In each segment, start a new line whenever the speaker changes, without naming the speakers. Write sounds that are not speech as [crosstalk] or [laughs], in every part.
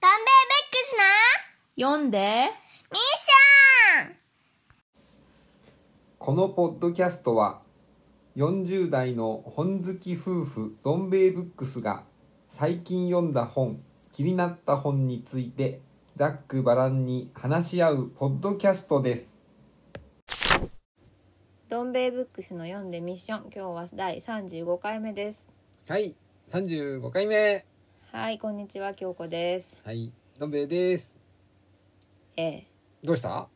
ダンベー
読んで
ベックスなミッション
このポッドキャストは40代の本好き夫婦どん兵衛ブックスが最近読んだ本気になった本についてざっくばらんに話し合うポッドキャストです
ドンベイブックスの読んでミッション今日は第35回目です
はい35回目
はいこんにちは京子です
はいどん兵衛です
ええ
どうした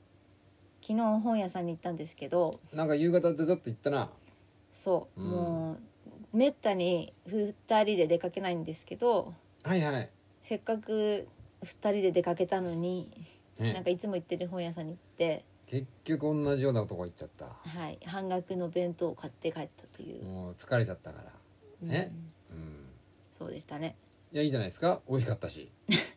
昨日本屋さんに行ったんですけど
なんか夕方ざざっと言ったな
そう、
うん
もうめったに2人で出かけないんですけど
はいはい、
せっかく2人で出かけたのに、
ね
なんかいつも行ってる本屋さんに行って
結局同じようなとこ行っちゃった
はい半額の弁当を買って帰ったという、
もう疲れちゃったからね
うん
うん
そうでしたね
いやいいじゃないですか美味しかったし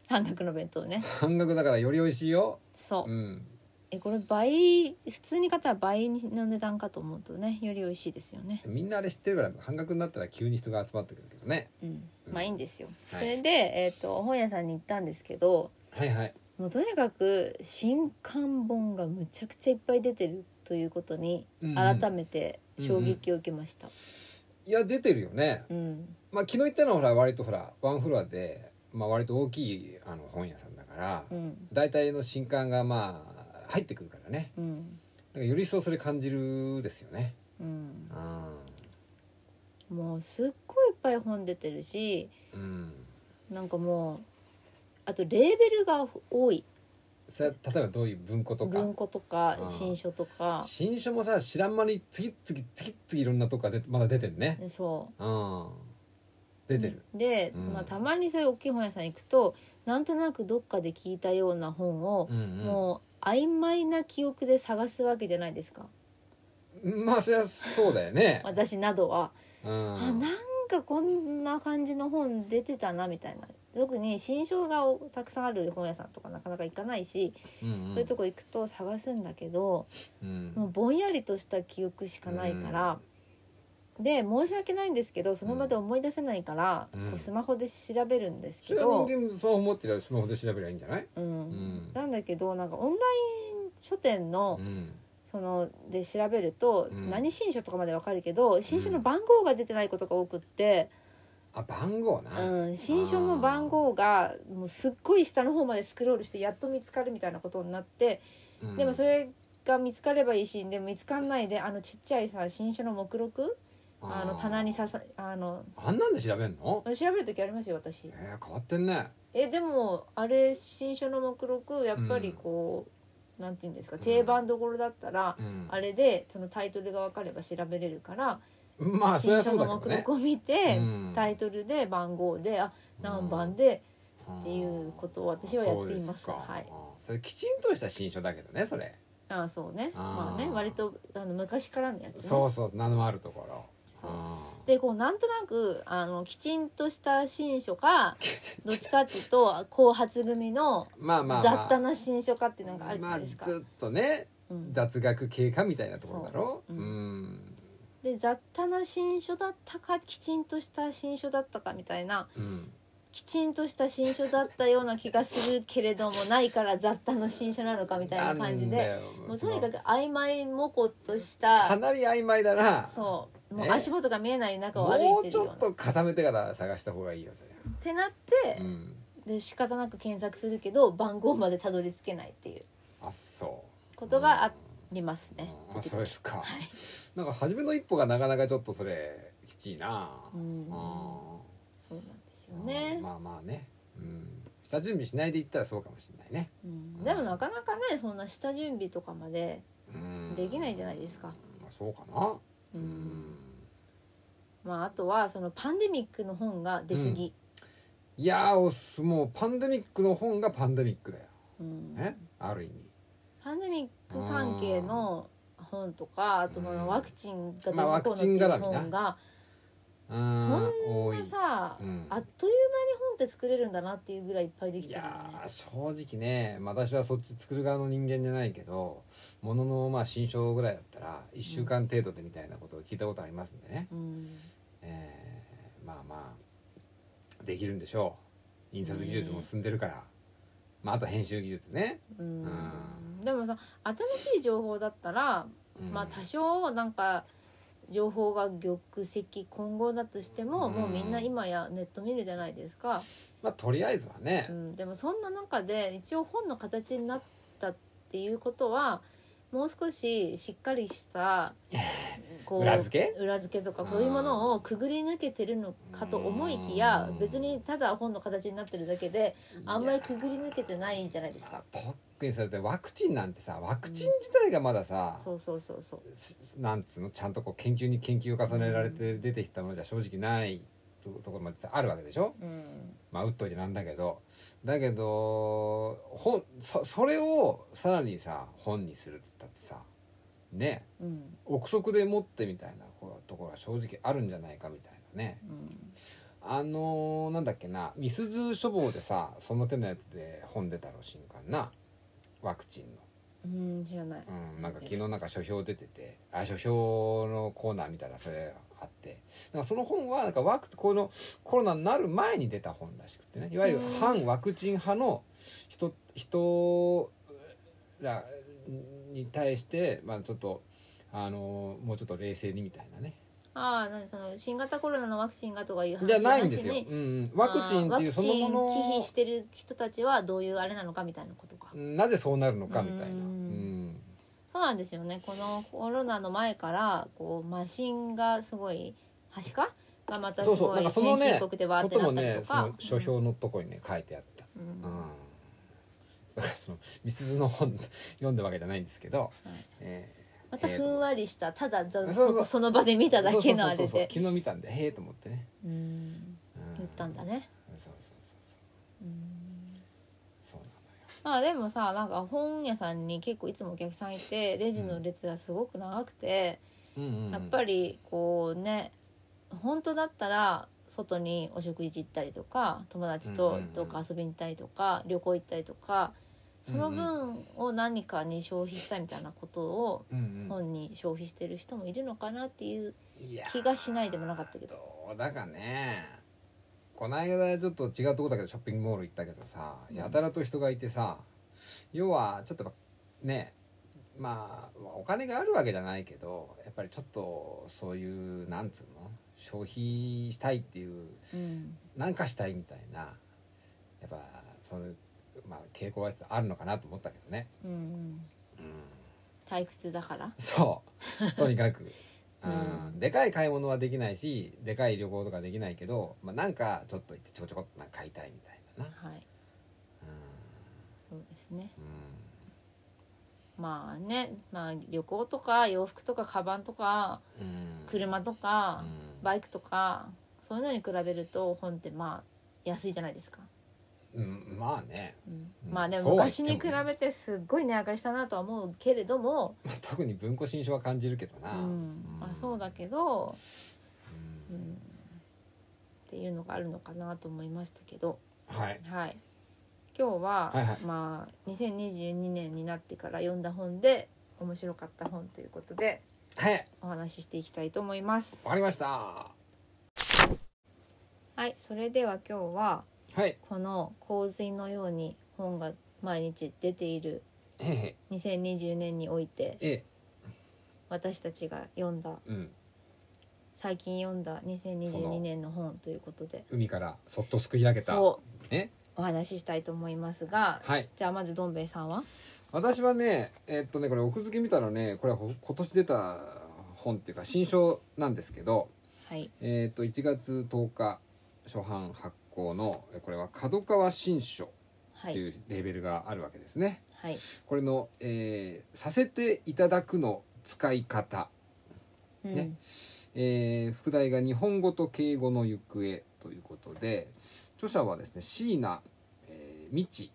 半額の弁当ね
半額だからより美味しいよ
そ
う
う、
ん
えこれ倍普通に買ったら倍の値段かと思うとねより美味しいですよね
みんなあれ知ってるから半額になったら急に人が集まってくるけどね
うん
うん
まあいいんですよ、
はい
それで、えー、と本屋さんに行ったんですけど
はいはい
もうとにかく新刊本がむちゃくちゃいっぱい出てるということに
うんうん
改めて衝撃を受けました、
いや出てるよね
うん
まあ昨日行ったのはほら割とほらワンフロアで、まあ、割と大きいあの本屋さんだから、
うん
大体の新刊がまあ入ってくるからね
うん
だからより一層それ感じるですよね
うん
あ
もうすっごいいっぱい本出てるし
ーうん
なんかもうあとレーベルが多い
それは例えばどういう文庫とか
文庫とか
あー
新書とか
新書もさ知らん間に次々次々いろんなとこがでまだ出てるね
そう
うん出てる、
で、
うん
まあ、たまにそういう大きい本屋さん行くとなんとなくどっかで聞いたような本を、
うんうん
もう曖昧な記憶で探すわけじゃないですか
まあそりゃそうだよね、
私などは、
うん、
あなんかこんな感じの本出てたなみたいな特に新書がたくさんある本屋さんとかなかなか行かないし、
うんん
そういうとこ行くと探すんだけど
うん
もうぼんやりとした記憶しかないから、で申し訳ないんですけどその場で思い出せないから、
うん
こうスマホで調べるんです
そ
け
れ
ど。
は人間スマホ持ってりゃスマホで調べりゃいいんじゃない、
うん
うん
なんだけどなんかオンライン書店の
うん
そので調べると
うん
何新書とかまでわかるけど新書の番号が出てないことが多くって、
あ番号
う
な、
ん、新書の番号がもうすっごい下の方までスクロールしてやっと見つかるみたいなことになって
うん
でもそれが見つかればいいしでも見つかんないであのちっちゃいさ新書の目録あの棚にささあの
あんなんで調べんの
調べる時ありますよ私。
えー、変わってんね
えでもあれ新書の目録やっぱりこう、なんていうんですか定番どころだったら、
うん
あれでそのタイトルが分かれば調べれるから、
まあそり
新
ゃそ
書
うだ
の
けど
目
ね
録を見て、
うん
タイトルで番号であ何番で
っ
っていうことを私はやっていますはい
それきちんとした新書だけどねそれ
あそうね
あー
まあね割とあの昔からのやつ、ね、
そうそう名のあるところ
そう
あ
でこうなんとなくあのきちんとした新
[laughs]
書かどっちかっていうと後発組の
ーまあまあ、まあ、
雑多な新書かっていうのがあるじゃないですか。
まあずっとね
うん
雑学経過みたいなところだろ
そう
う
うん
ん
で雑多な新書だったかきちんとした新書だったかみたいな
うん
きちんとした新書だったような気がするけれどもないから雑多な新書なのかみたいな感じ
んだ
で
よ
もう
そ
と
の
にかく曖昧もこっとし
か
た
なり曖昧だな
そうもう
ね
足元が見えない中を
も
歩いうて
ち
るよう
ょ
な
っと固めてから探した方がいいよそれ
ってなって
うん
で仕方なく検索するけど番号までたどり着けないっていう
あそ
ことがあります
う、
ね。
あそうですか、
はい
なんか初めの一歩がなかなかちょっとそれきちいな
うん
あ
そうなんですよ
ー
ね、
まあまあねうん下準備しないでいったらそうかもしれないね
うん、でもなかなかねそんな下準備とかまで
うん
できないじゃないですか。
まあそうかな
う
うんん
まあ、あとはそのパンデミックの本が出過ぎ、
いやーおすもうパンデミックの本がパンデミックだよ
うん
ねある意味
パンデミック関係の本とかあとま
う
あ
ん
ワクチンが
まあワクチン絡みな
本が
そん
そんな
多い
さ
うん
あっという間に本って作れるんだなっていうぐらいいっぱいでき
い
てるよね
やー正直ねまあ私はそっち作る側の人間じゃないけどもののまあ新章ぐらいだったら1週間程度でみたいなことを聞いたことありますんでね、
うん
えーまあまあできるんでしょ印刷技術も進んでるから、まあ、あと編集技術ね、
うん
う
でもさ新しい情報だったら、
うん
まあ多少なんか情報が玉石混合だとしても、
うん
もうみんな今やネット見るじゃないですか、
まあとりあえずはね、
うん、でもそんな中で一応本の形になったっていうことはもう少ししっかり
[laughs]
したこ
裏付
け裏付けとかこういうものをくぐり抜けてるのかと思いきや
うん
別にただ本の形になってるだけであんまりくぐり抜けてないんじゃないですか。
特にそれでワクチンなんてさワクチン自体がまださ、
そうそうそうそう
しなんつうのちゃんとこう研究に研究を重ねられて出てきたものじゃ正直ないとところも実際あるわけでしょ
うん
まあ打っといてなんだけどだけど本そそれをさらにさ本にするって言ったってさね
うん
憶測で持ってみたいなこうところが正直あるんじゃないかみたいなね
うん
あのーなんだっけなみすゞ書房でさその手のやつで本出たろ新刊なワクチンの。
うん知らない
うん、なんか昨日なんか書評出ててあ書評のコーナー見たらそれあってなんかその本はなんかワクこのコロナになる前に出た本らしくてねいわゆる
うん
反ワクチン派の人人らに対して、まあ、ちょっとあのもうちょっと冷静にみたいなね
ああ何その新型コロナのワクチンがとかいう話
じゃないん
な
で
し
すよ、
に
うんうん、ワクチンっていうそのもの
あーワクチン忌避してる人たちはどういうあれなのかみたいなことか、
なぜそうなるのかみたいな。
うん
うん
そうなんですよねこのコロナの前からこうマシンがすごい端かがまたす
そうそう
ご
なん
い
かその
先
ね
進
こ
国でわーって
と
な
も
った
ね
りと
そ
か
の書評のとこにね書いてあった。
うんうん
うんだ [laughs] からそのみすゞの本読んだわけじゃないんですけど、え
またふんわりしたただざ
そう
そ
そう
こその場で見
ー
ただけのあ
そ
れ
うそうそう
で
そう昨日見たんでへえと思ってね、
うん
うん
言ったんだね
そうそうそう
うん
そうそうなのよ
まあでもさなんか本屋さんに結構いつもお客さんいてレジの列がすごく長くて、
うんうんうん、
やっぱ
り
りこうね本当だったら外にお食事行ったりとか友達
うんう
と
んうん
どっか遊びに行ったりとか、旅行行ったりとかその分を何かに消費したいみたいなことを
うんうん
本に消費してる人もいるのかなっていう
いや
気がしないでもなかったけど。
どうだかねこの間ちょっと違うとこだけどショッピングモール行ったけどさやたらと人がいてさ要はちょっとやっぱねまあお金があるわけじゃないけどやっぱりちょっとそういうなんつうの消費したいっていう
うん
なんかしたいみたいなやっぱそのまあ傾向はあるのかなと思ったけどね、
うんうん
うん、
退屈だから、
そうとにか [laughs] く、
うん
うん、でかい買い物はできないしでかい旅行とかできないけど、まあ、なんかちょっと行ってちょこちょこっとなんか買いたいみたいなな、
はい、
う
そうですね
ん
まあね、まあ、旅行とか洋服とかカバンとか
うん、
車とか、
うん
バイクとかそういうのに比べると本ってまあ安いじゃないですか、
うん、まあね、
うん
うん
まあでも
そうは言っ
昔
てもね
に比べてすっごい値上がりしたなとは思うけれども、
まあ、特に文庫新書は感じるけど
う
な、
んまあ、そうだけど、うん、っていうのがあるのかなと思いましたけど、
うんはい
はい、今日は、
はいはい
まあ、2022年になってから読んだ本で面白かった本ということで
はい
お話ししていきたいと思います。
わかりましたは
はい、それでは今日はいこの洪水のように本が毎日出ている
へへ
2020年において
ええ
私たちが読んだ
うん
最近読んだ2022年の本ということで
海からそっとすくい上げた
そう
ね
お話ししたいと思いますが
はい
じゃあまずどん兵衛さんは
私はねえっとねこれ奥付け見たらねこれはほ今年出た本っていうか新書なんですけど
はい
えっと1月10日初版発行のこれは角川新書
は
って
い
いうレベルがあるわけですね、
はい
これの、えーさせていただく」の使い方、
うん
ねえー副題が「日本語と敬語の行方」ということで著者はですね椎名、えー、美智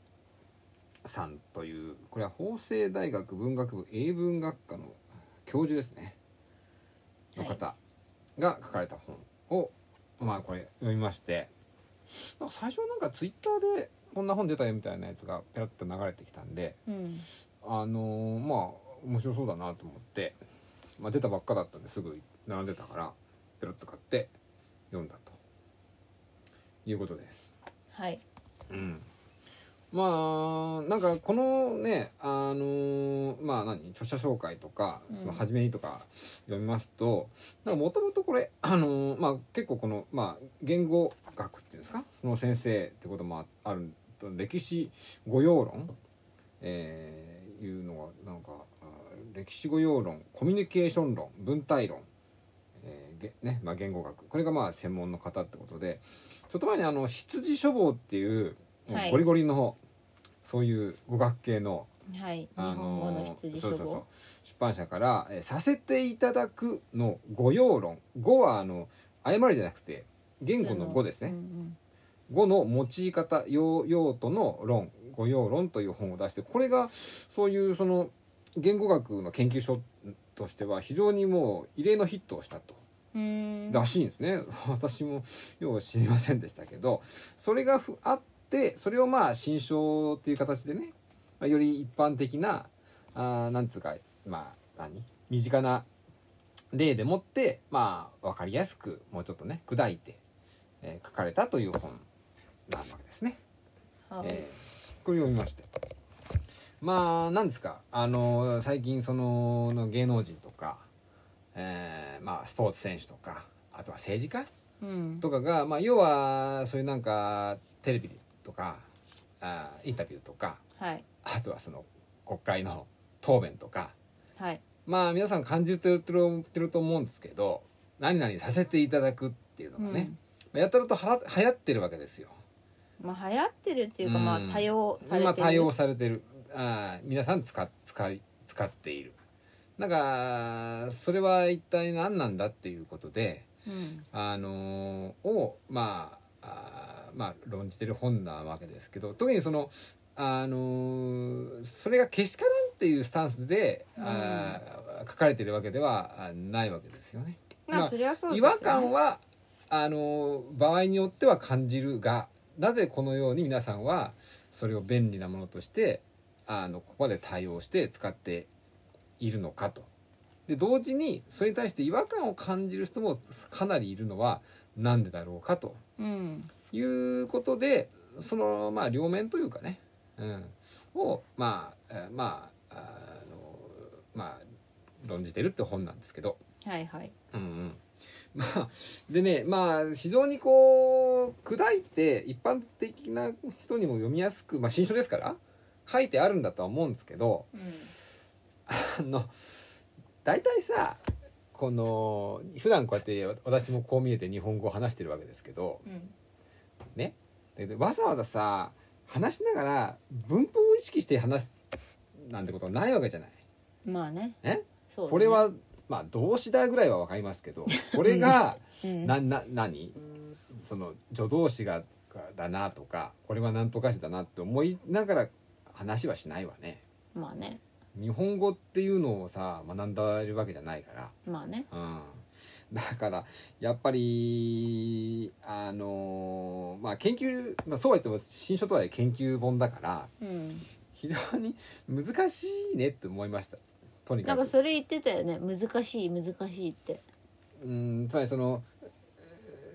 さんというこれは法政大学文学部英文学科の教授ですねの方が書かれた本を、まあこれ読みましてなんか最初はなんかツイッターでこんな本出たよみたいなやつがペラッと流れてきたんで
うん
あのーまあ面白そうだなと思って、まあ、出たばっかだったんですぐ並んでたからペロッと買って読んだということです。
はい
うん、まあなんかこのねあのーまあ何著者紹介とか、
うん
その初めにとか読みますともともとこれ、あのーまあ、結構この、まあ、言語学っていうんですかその先生ってこともあある歴史語用論、えーいうのがなんかあ歴史語用論コミュニケーション論文体論、えーげねまあ、言語学これがまあ専門の方ってことでちょっと前にあの羊書房っていう
はい
ゴリゴリのそういう語学系の、
はい、
あ
日本語の羊
そ
書
うそうそう
房
出版社から、えーさせていただく」の語用論「語」はあの誤りじゃなくて言語の「語」ですね
う。ん
語の用い方用用途の論語用論という本を出してこれがそういうその言語学の研究所としては非常にもう異例のヒットをしたと
うん、うーん
らしいんですね [laughs] 私もよう知りませんでしたけどそれがふあってそれをまあ新書っていう形でね、まあ、より一般的なあーなんつうかまあ何身近な例でもってまあ分かりやすくもうちょっとね砕いて、えー書かれたという本なわけですね。
はい
えーこれ読みましたまあなんですかあの最近そのの芸能人とか、えーまあ、スポーツ選手とかあとは政治家
うん
とかが、まあ、要はそういうなんかテレビとかあーインタビューとか
はい
あとはその国会の答弁とか
はい
まあ皆さん感じてるてると思うんですけど何々させていただくっていうのがね、やったらとはら流行ってるわけですよ。
うん、まあ流行ってるっていうか、まあ
うん
多用されてる、
今対応されてるあー皆さん使っ使い使っているなんかそれは一体何なんだっていうことで
うん
あのーをまああーまあ論じてる本なわけですけど特にそのあのーそれがけしからんっていうスタンスで、あー書かれてるわけではないわけですよね。
ま
ま
あ
あ
そりゃそうです
違
よね
和感はあの場合によっては感じるがなぜこのように皆さんはそれを便利なものとしてあのここまで対応して使っているのかと。で同時にそれに対して違和感を感じる人もかなりいるのはなんでだろうかと
うん
いうことでそのまあ両面というかね、うん、をまあえーまああのまあ論じてるって本なんですけど。
はいはい
うんうんまあでねまあ非常にこう砕いて一般的な人にも読みやすくまあ新書ですから書いてあるんだとは思うんですけど
う
あの大体さこの普段こうやって私もこう見えて日本語を話してるわけですけど
んうん
ねででわざわざさ話しながら文法を意識して話すなんてことはないわけじゃない。
まあね
え
そうね
これはまあ動詞だぐらいはわかりますけどこれが
うん
なな何その助動詞がだなとかこれは何とか詞だなって思いながら話はしないわね
まあね
日本語っていうのをさ学んだるわけじゃないから、
まあね
うん、だからやっぱりあのーまあ研究、まあ、そうは言っても新書とはいえ研究本だから
うん
非常に難しいねって思いましたとに
な
か
ん
く
かそれ言ってたよね難しい難しいって
うんつまりそのえ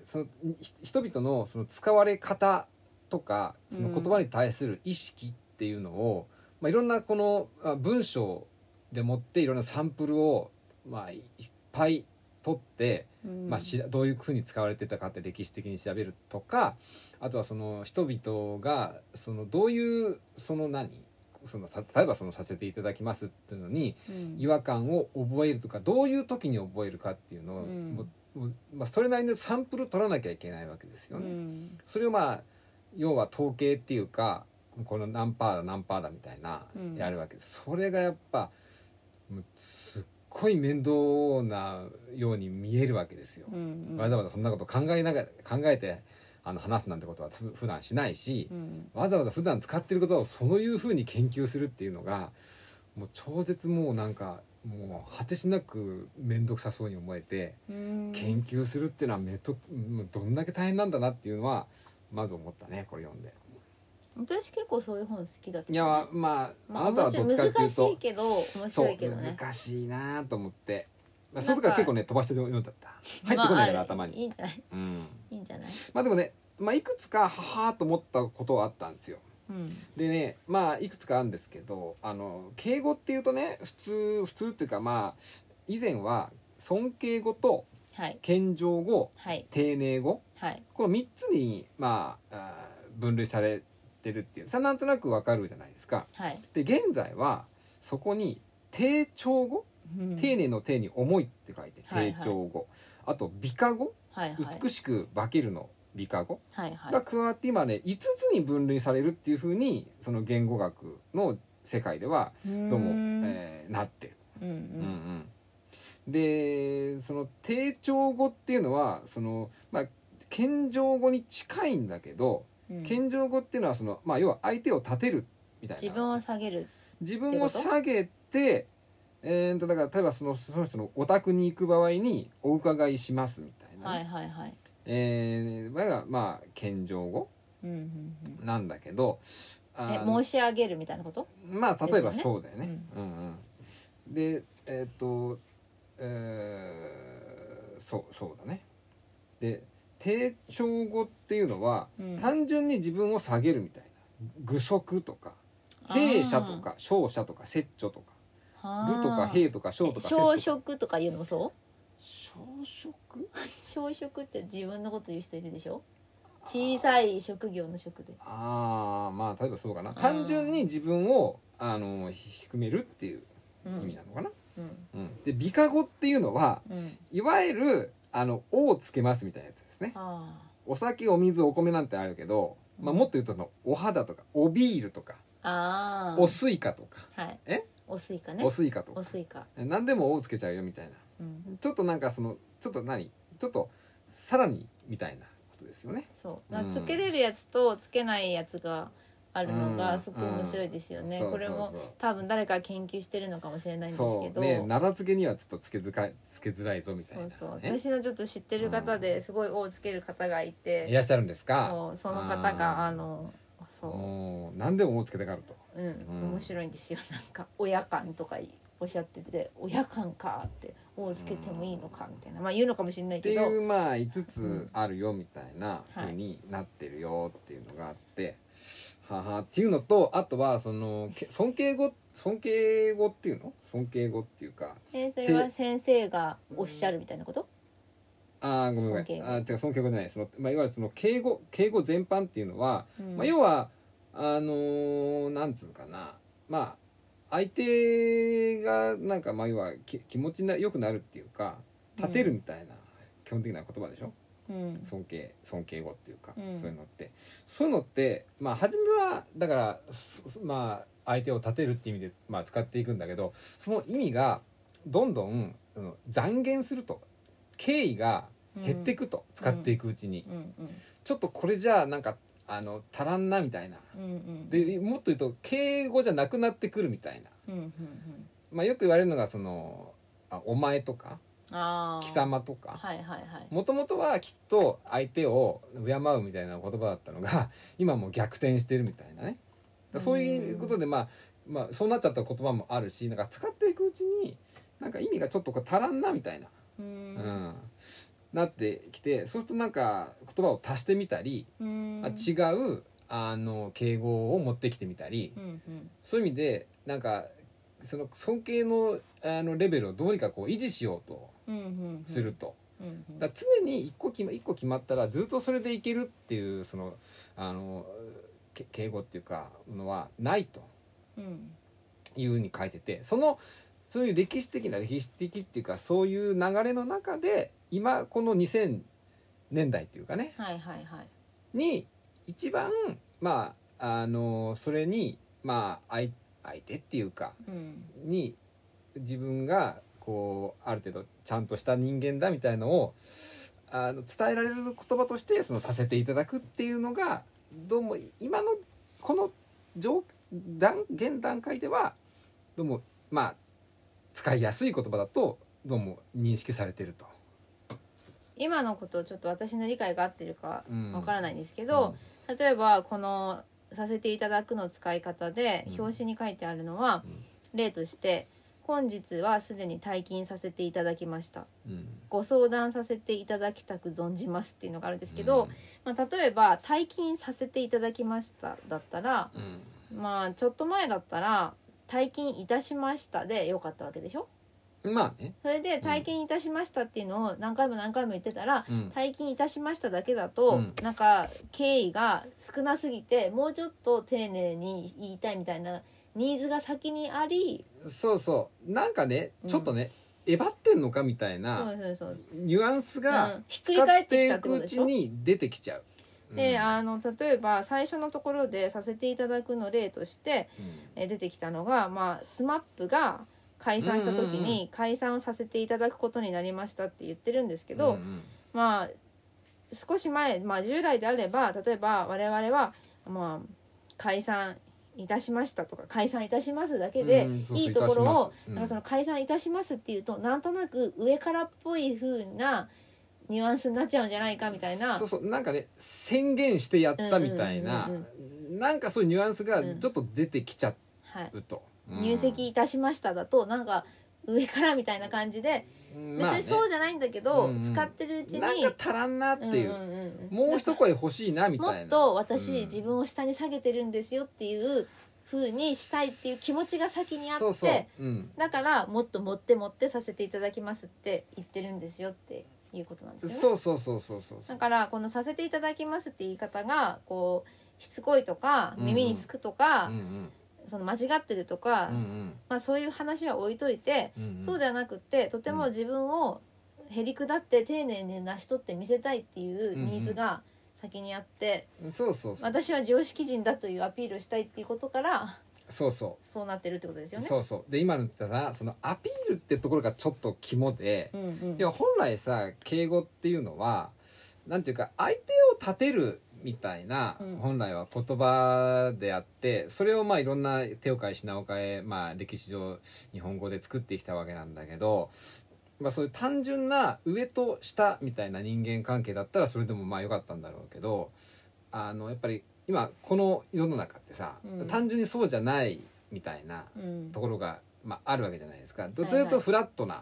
ーそのひ人々のその使われ方とかその言葉に対する意識っていうのを、まあ、いろんなこのあ文章でもっていろんなサンプルを、まあ、いいっぱい取って、
うん
まあ、しらどういうふうに使われてたかって歴史的に調べるとかあとはその人々がそのどういうその何そのさ例えばそのさせていただきますっていうのに
うん
違和感を覚えるとかどういう時に覚えるかっていうのを、
うん
もうもうまあ、それなりのサンプル取らなきゃいけないわけですよね。
うん
それをまあ要は統計っていうかこの何パーだ何パーだみたいな
うん
やるわけです、それがやっぱもうすっごい面倒なように見えるわけですよ。
うんうん
わざわざそんなこと考えながら考えてあの話すなんてことはつ普段しないし、
うん
わざわざ普段使ってる言葉をそういうふうに研究するっていうのがもう超絶もうなんかもう果てしなく面倒くさそうに思えて、
うん
研究するっていうのはめともうどんだけ大変なんだなっていうのはまず思ったねこれ読んで。
私結構そういう本好きだった
いやまあ
まあ
あなたはどっちかってい
難
う
しい
と
けど面
そ
白
う
いけどね
難しいなと思って。まあ
な
そ
ん
の時
か
は結構ね飛ばして読んだった入ってこないから、
まあ
頭
い
に、
いんじゃない
うん、
いいんじゃない
まあでもねまあ、いくつかははーと思ったことはあったんですよ
うん
でねまあいくつかあるんですけどあの敬語っていうとね普通普通っていうかまあ以前は尊敬語と
はい
謙譲語
はい
丁寧語
はい
この3つに、まあ、あー分類されてるっていうさなんとなくわかるじゃないですか。
はい、
で現在はそこに丁調語、
うん
丁寧の丁に重いって書いて
はい
丁調語、あと美化語
はいはい
美しく化けるの美化語
はいはい
が加わって今ね5つに分類されるっていうふうにその言語学の世界では
どう
どうも
ん、
えーなってる。
うんう
うんうんんでその定調語っていうのはそのまあ謙譲語に近いんだけど
うん
謙譲語っていうのはその、まあ、要は相手を立てるみたいな
自分を下げる
自分を下げてえー、とだから例えばそのその人のお宅に行く場合にお伺いしますみたいな、
はいはいはい
えー場合がまあ謙譲語
うんうんうん
なんだけど
え
あの
申し上げるみたいなこと
まあ例えば
です
そ
よ
うだよね。うんうん、でえーっと、えーそうそうだね。で低調語っていうのは、
うん
単純に自分を下げるみたいな具足とか弊社とか勝者とか摂著とか具とか
兵
兵とか小とか
小
摂とか
食とか言うのもそう
小食
小食って自分のこと言う人いるでしょ小さい職業の職で
ああまあ例えばそうかな
ー
単純に自分をあの低めるっていう
う
意味
ん
なのかな。
うん
うん、で美化語っていうのは
うん
いわゆるあの「お」をつけますみたいなやつですね
あ
お酒お水お米なんてあるけど、まあ、もっと言うとそのお肌とかおビールとか
ーあー
おスイカとか
はい
え
おスイカね
おスイカと
お
か
スイカ
何でも「お」をつけちゃうよみたいな
うん
ちょっとなんかそのちょっと何ちょっとさらにみたいなことですよね
そう
うん
つけれるやつとつけないやつがある
う
の
ん
がすごい面白いですよね
そう
これ
そ
も
うそう
多分誰かが研究してるのかもしれないんですけど
そうね奈良漬けにはちょっとつけづかつけづらいぞみたい
そ
な、
う
ね、
そう私のちょっと知ってる方ですごい「を」つける方がい
い
て
らっしゃるんですか
そうその方
あー
があのそ
おー何でも「お」をつけたがると
ううん
うん
面白いんですよなんか「親感」とかおっしゃってて「親感か」って「を」つけてもいいのかみたいなまあ言うのかもしれない
って
けど
いうまあ5
う
つ
ん
あるよみたいな風になってるよっていうのがあって、ははっていうのとあとはそのけ尊敬語尊敬語っていうの尊敬語っていうか
えーそれは先生がおっしゃるみたいなこと
あーごめんごめ
尊敬
ん
語
あー違う尊敬語じゃないその、まあ、いわゆるその敬語敬語全般っていうのは、
うん
まあ、要はあのーなんつうかなまあ相手がなんかまあ要はき気持ちな良くなるっていうか立てるみたいな、基本的な言葉でしょ
うん
尊敬尊敬語っていうか、
うん
そういうのってそういうのってまあ初めはだからすまあ相手を立てるって意味で、まあ、使っていくんだけどその意味がどんどん、うん、残減すると敬意が減っていくと、使っていくうちに、
うんうん
ちょっとこれじゃなんかあの足らんなみたいな
うんうん
でもっと言うと敬語じゃなくなってくるみたいな、
うんうんうん
まあ、よく言われるのがそのあお前とか
あー
貴様とか
はいはいはい
もともとはきっと相手を敬うみたいな言葉だったのが [laughs] 今もう逆転してるみたいなねだからそういうことでまあ、まあ、そうなっちゃった言葉もあるしなんか使っていくうちになんか意味がちょっとこう足らんなみたいな、
う
うん
ん
なってきてそうするとなんか言葉を足してみたり、
うん
あ違うあの敬語を持ってきてみたり、
うんうん
そういう意味でなんかその尊敬のあのレベルをどうにかこう維持しようと
うんうんうん
すると。
うんうん
だから常に一個決ま一個決まったらずっとそれでいけるっていうそのあのけ敬語っていうかのはないと
うん
いうふうに書いててそのそういう歴史的な歴史的っていうかそういう流れの中で今この2000年代っていうかね
はいはいはい
に一番まああのそれにまあ相相手っていうか
うん
に自分がこうある程度ちゃんとした人間だみたいのをあの伝えられる言葉としてそのさせていただくっていうのがどうも今のこの状段現段階ではどうもまあ使いやすい言葉だとどうも認識されてると。
今のことちょっと私の理解が合ってるかわからないんですけ
け
ど、例えばこの「させていただく」の使い方で
うん
表紙に書いてあるのは、例として「本日はすでに退勤させていただきました
うん
ご相談させていただきたく存じますっていうのがあるんですけど、まあ、例えば「退勤させていただきました」だったら
うんうん
まあちょっと前だったら「退勤いたしました」でよかったわけでしょ
まあね、
それで「退勤いたしました」っていうのを何回も何回も言ってたら
うん
「退勤いたしました」だけだと、
うん
なんか経緯が少なすぎてもうちょっと丁寧に言いたいみたいなニーズが先にあり
そうそうなんかね
うん
ちょっとね、えばってんのかみたい
そ
な
うそうそう
ニュアンス
う
が
んひっく
使
り返
っ
って
て
きた
い
ってこ
く
と
う
でし
ち
ょ
に出てきちゃう。
で、
うん
あの例えば最初のところでさせていただくの例として
うん
えー出てきたのが、まあ、スマップが解散した時
うんうん
に解散をさせていただくことになりましたって言ってるんですけど、
うんうん
まあ少し前、まあ、従来であれば例えば我々は、まあ、解散いたしましたとか解散いたしますだけで、
うんそうそう
いいとこ
いたし
ろを、
ますうん
なんかその解散いたしますっていうとなんとなく上からっぽい風なニュアンスになっちゃうんじゃないかみたいな
そうそうなんかね宣言してやったみたいな、
うんうん
なんかそういうニュアンスが
うん
ちょっと出てきちゃ
はい、
うと、うん
入籍いたしましただとなんか上からみたいな感じで別
まあ、ね
に、そうじゃないんだけど、
うんうん
使ってるうちに
なんか足らんなっていう、
んんんん
もう一声欲しいなみ
も
たいな
っと私、
うん
自分を下に下げてるんですよっていう風にしたいっていう気持ちが先にあって
そうそう、うん、
だからもっと持って持ってさせていただきますって言ってるんですよっていうことなんですよね。
そうそうそうそうそうそう
だからこの「させていただきます」って言い方がこうしつこいとか耳につくとか、
うんうん
その間違ってるとか、
うんうん
まあ、そういう話は置いといて、
うんうん
そうではなくってとても自分をへりくだって丁寧に成し取って見せたいっていうニーズが先にあって、
そうそうそう
私は常識人だというアピールをしたいっていうことから
そうそ
そうなってるってことです
う
よね。
そうそうで今の言ったさそのアピールってところがちょっと肝で、
うんうん
いや本来さ敬語っていうのはなんていうか相手を立てるみたいな、
うん
本来は言葉であってそれをまあいろんな手を変え品を変え、まあ、歴史上日本語で作ってきたわけなんだけど、まあ、そういう単純な上と下みたいな人間関係だったらそれでもまあ良かったんだろうけどあのやっぱり今この世の中ってさ、
うん
単純にそうじゃないみたいな
うん
ところが、まあ、あるわけじゃないですか。どちらかというとフラットな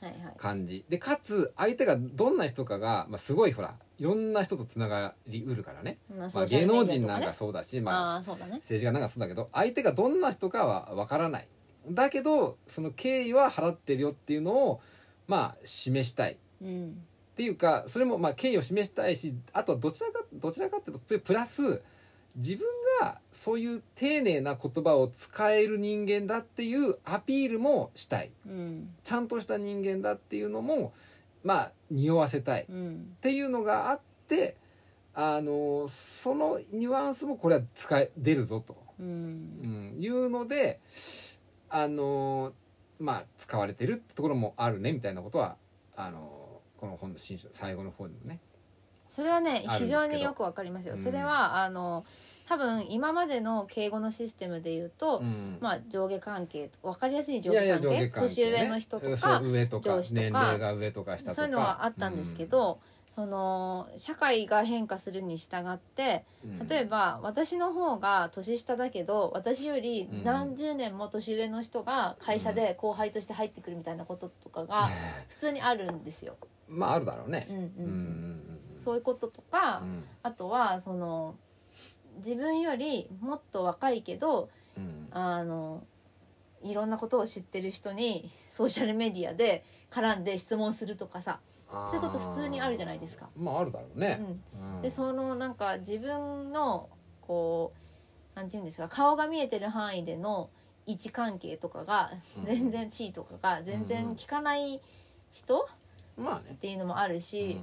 はいはい
感じでかつ相手がどんな人かが、まあ、すごいほらいろんな人とつながりうるからね、
まあ
まあ、芸能人なんかそうだし、ま
あ
あ、
あそうだね。
政治家なんかそうだけど相手がどんな人かはわからないだけどその敬意は払ってるよっていうのをまあ示したいっ
うん
ていうかそれもまあ敬意を示したいしあとはどちらかどちらかっていうとプラス自分がそういう丁寧な言葉を使える人間だっていうアピールもしたい。
うん
ちゃんとした人間だっていうのもまあ匂わせたいっ
うん
ていうのがあってあのそのニュアンスもこれは使え出るぞと、
う
うんん、いうのであのまあ使われてるってところもあるねみたいなことはあのこの本の新書最後の方でもね。
それはね
あるんです
非
けど
常によくわかりますよ。
うん
それはあの多分今までの敬語のシステムで言うと、
うん
まあ上下関係分かりやすい上
いやい
下
や上下
関係
関係ね
年上の人と
そ
か
う上とか
上司とか
年齢が上とか下とか
そういうのはあったんですけ、ど、その社会が変化するに従って
うん
例えば私の方が年下だけど私より何十年も年上の人が会社で後輩として入ってくるみたいなこととかが普通にあるんですよ。
[laughs] まああるだろうね
うんう、
うんうん
ん
うんうん、
そういうこととか、
うん
あとはその自分よりもっと若いけど
うん
あのいろんなことを知ってる人にソーシャルメディアで絡んで質問するとかさ、
そう
いうこと普通にあるじゃないですか
まああるだろう
う
ね、
ん、
うん
でそのなんか自分のこうなんて言うんですか顔が見えてる範囲での位置関係とかが
うん
全然地位とかが全
うん
然効かない人
まあね
っていうのもあ
う
る
んうん
し、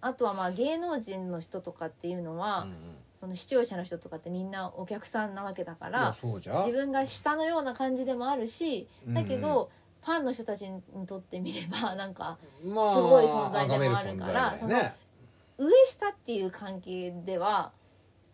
あとはまあ芸能人の人とかっていうのは、
うんうん
その視聴者の人とかってみんなお客さんなわけだか
いや
ら
そうじゃ
自分が下のような感じでもあるしだけど、、ファンの人たちにとってみれば [laughs] なんか
うんうんまあ、
すごい存在でも
崇
あ
め
る
存
か
在
ら
だよね
上下っていう関係では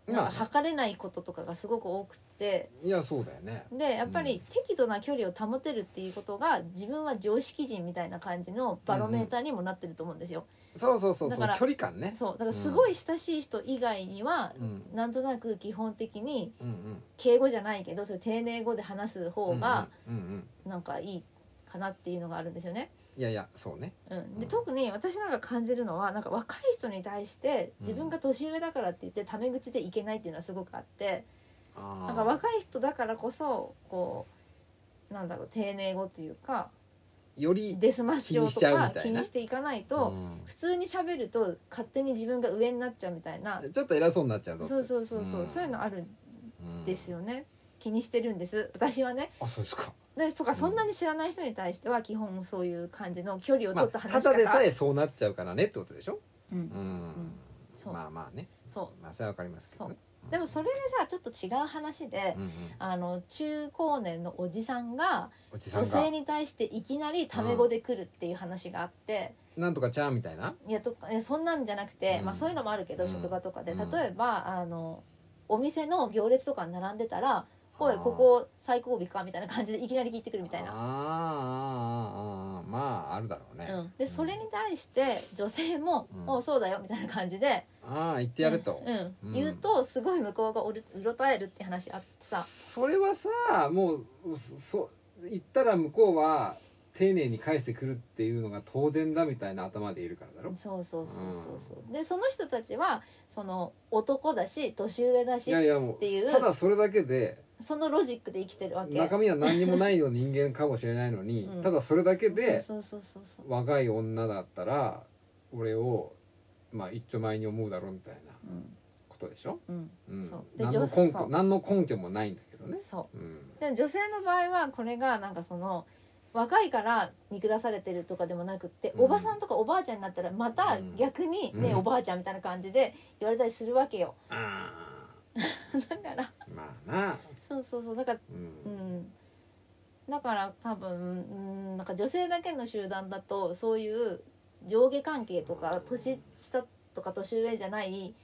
なん
ま
か
あ
測れないこととかがすごく多くって
いやそうだよね
でやっぱ
うん
り適度な距離を保てるっていうことが自分は常識人みたいな感じのバロメーターにもなってると思うんですよ。
そうそうそうそ
だ
う距
から
離感ね
そうだからすごい親しい人以外には
うん
なんとなく基本的に
うんうん
敬語じゃないけどそれ丁寧語で話す方が、
うんうんうん
なんかいいかなっていうのがあるんですよね。
いやいやそうね
うん、で
うん
特に私なんか感じるのはなんか若い人に対して自分が年上だからって言ってタメ口でいけないっていうのはすごくあって、
あ
なんか
あ
若い人だからこそこうなんだろう丁寧語というか
より
デスマッシュ
気にし
と
ちゃう
か
みたいな
気にしていかないと、普通に喋ると勝手に自分が上になっちゃうみたいな
うんちょっと偉そうになっちゃうぞ
そうそうそうそう、
うん
そういうのあるん
うん
ですよね気にしてるんです私はね
あそうですか
でと
う
か
ん
そんなに知らない人に対しては基本そういう感じの距離を取った
まあ
話
た
し方、
だでさえそうなっちゃうからねってことでしょ
う
うん
ん、そう
まあまあね
そ
まあそれはわかりますけどね
うでもそれでさちょっと違う話で、
うんうん
あの中高年のおじさんが
おじさ
女
んが
性に対していきなりタメ語で来るっていう話があって、
なんとかちゃんみたいない
やといやそんなんじゃなくて、
うん
まあ、そういうのもあるけど、
うん
職場とかで
う
例
ん
えばあのお店の行列とかに並んでたら「おい
あー
ここ最後尾か」みたいな感じでいきなり聞いてくるみたい
あ
な。
ああああああまああるだろうね、
うん、でそれに対して女性も
う
「
ん
おうそうだよ」みたいな感じで
ああ言ってやれと、
うん
うん
言うとすごい向こうがおるうろたえるって話あってさ
それはさもうそそう言ったら向こうは丁寧に返してくるっていうのが当然だみたいな頭でいるからだろ
そうそうそうそうそうでその人たちはその男だし年上だ
い
し
やいやも
っていう
うただそれだけで
そのロジックで生きてるわけ
中身は何にもないような人間かもしれないのに、
うん
ただそれだけで
そうそうそうそうそう、
若い女だったら俺をまあ一丁前に思うだろうみたいな
うん
ことでしょ、
うん、
うん
そう、で
何の根
そ
拠
う
何の根拠もないんだけどね、
そ
うん
うでも女性の場合はこれがなんかその若いから見下されてるとかでもなくって、
うん
おばさんとかおばあちゃんになったらまた逆に
うん
ね、
うん
おばあちゃんみたいな感じで言われたりするわけよ [laughs]
あ
だから
あまあな、
そうそうそうだから
う
うんんだから多分うんなんか女性だけの集団だとそういう上下関係とか年下とか年上じゃない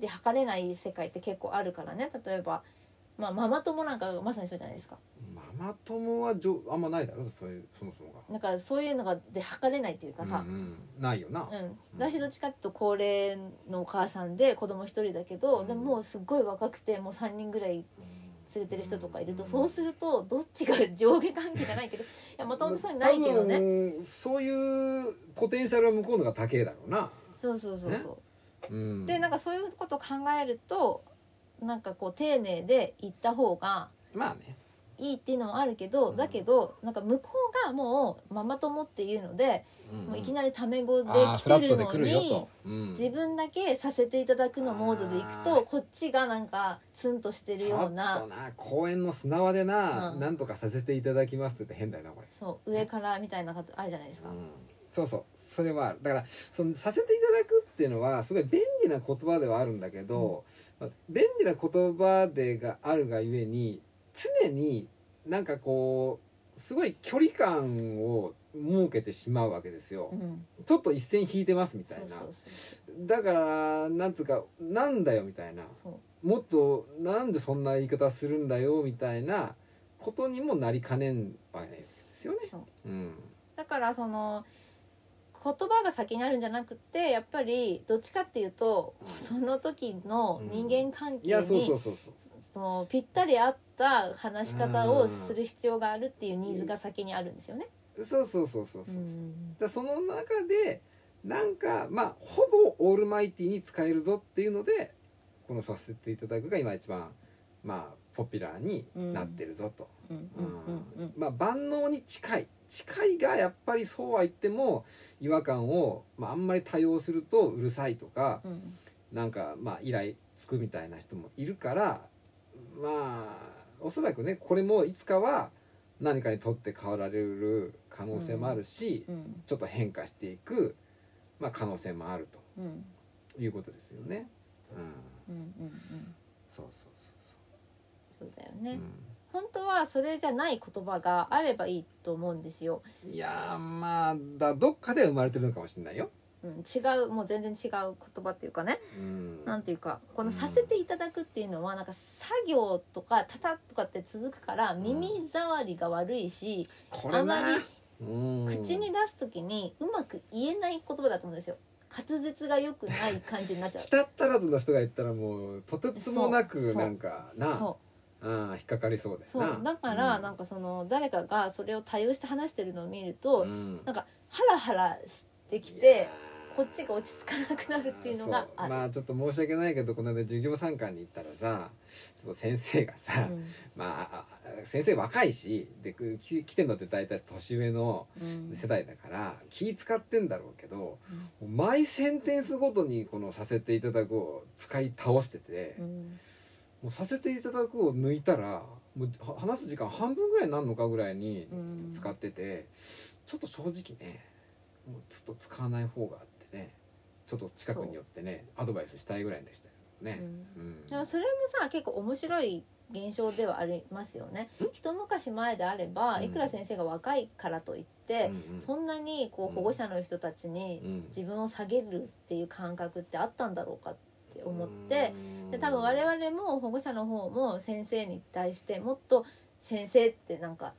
で測れない世界って結構あるからね例えば、まあ、ママ友なんかがまさにそうじゃないですか
ママ友はじょあんまないだろそういうそもそもが。
なんかそういうのがで測れないっていうかさ
う、んうんないよな、
うん私どっちかっていうと高齢のお母さんで子供一人だけど、でももうすっごい若くてもう3人ぐらい連れてる人とかいると、そうするとどっちが上下関係じゃないけどいやもともとそういうのないけどね
多。分そういうポテンシャルは向こうのが高えだろうな、
そうそうそうそうう。
ん、
でなんかそういうことを考えるとなんかこう丁寧で言った方が
まあね
いいっていうのもあるけど、
うん
だけどなんか向こうがもうママ友っていうので、もういき
り
なりタメ語で来
フラ
て
ッ
る
トで
の
来るよ
に
と、。うん
自分だけさせていただくのモードでいく
あ
と
ー
こっちがなんかツンとしてる
ちょっ
よ
と
うな
な公園の砂場でな、
うん
なんとかさせていただきますって言って変だよなこれ、
そう上からみたいなことあるじゃないですか
う。んそうそうそれはあるだからそのさせていただくっていうのはすごい便利な言葉ではあるんだけど、まあ便利な言葉でがあるがゆえに常になんかこうすごい距離感を設けてしまうわけですよ、
うん、
ちょっと一線引いてますみ
そ
たいうな
そうそう
だからなんつうかなんだよみたいな
そう
もっとなんでそんな言い方するんだよみたいなことにもなりかねんわけですよね。
そう
うん、
だからその言葉が先にあるんじゃなくてやっぱりどっちかっていうとその時の人間関
い
係
やそうそ
に
うそうそう
そのぴったり合った話し方をする必要があるっていうニーズが先にあるんですよね。
そうそうそうそうそう、だ
う
か
ん
らその中でなんかまあほぼオールマイティに使えるぞっていうのでこの「させていただく」が今一番まあポピュラーになってるぞと、
うん
う
うんんうん
まあ万能に近い近いがやっぱりそうは言っても違和感を、まあ、あんまり多用するとうるさいとか
うんうん
なんかまあ依頼つくみたいな人もいるからまあおそらくねこれもいつかは何かにとって変わられる可能性もあるし、
うん
ちょっと変化していく、まあ、可能性もある
うんうん
ということですよね。うん、
うんうん
そうそうそうそ
そうだよ
う。
ね。本当はそれじゃない言葉があればいいと思うんですよ。
うん、いやーまあだどっかで生まれてるのかもしれないよ。
うん、違うもう全然違う言葉っていうかね。
うん、
なんていうかこ
う
の
ん
させていただくっていうのはなんか作業とかタタッとかって続くから
ん
耳障りが悪いし、
こ
あまり
うん
口に出す時にうまく言えない言葉だと思うんですよ滑舌が良
[laughs]
くない感じになっちゃう
舌足らずの人が言ったらもうとてつもな
そう
く
そう
なんかな
そ
うん引っかかりそうだ
そ
よ
う
な
だから
うん
なんかその誰かがそれを多用して話してるのを見ると、
うん
なんかハラハラしてき
いや
て
ー
こっちが落ち着かなくなるっていうのが
そ
あ
う
る。
まあちょっと申し訳ないけどこの間授業参観に行ったらさちょっと先生がさ、
うん
まああ先生若いしでくき来てんのって大体年上の
うん
世代だから気使ってんだろうけど、毎センテンスごとにこの「させていただく」を使い倒してて、
うん
もう「させていただく」を抜いたらもうは話す時間半分ぐらいになるのかぐらいに
うん
使ってて、ちょっと正直ねもうちょっと使わない方があってねちょっと近くに寄ってねアドバイスしたいぐらいでしたけどね。うん
でもそれもさ結構面白い現象ではありますよね。一昔前であれば
うん
いくら先生が若いからといって、そんなにこ
うん
う保護者の人たちに
うん
自分を下げるっていう感覚ってあったんだろうかって思って、
うん
で多分我々も保護者の方も先生に対してもっと先生ってなんか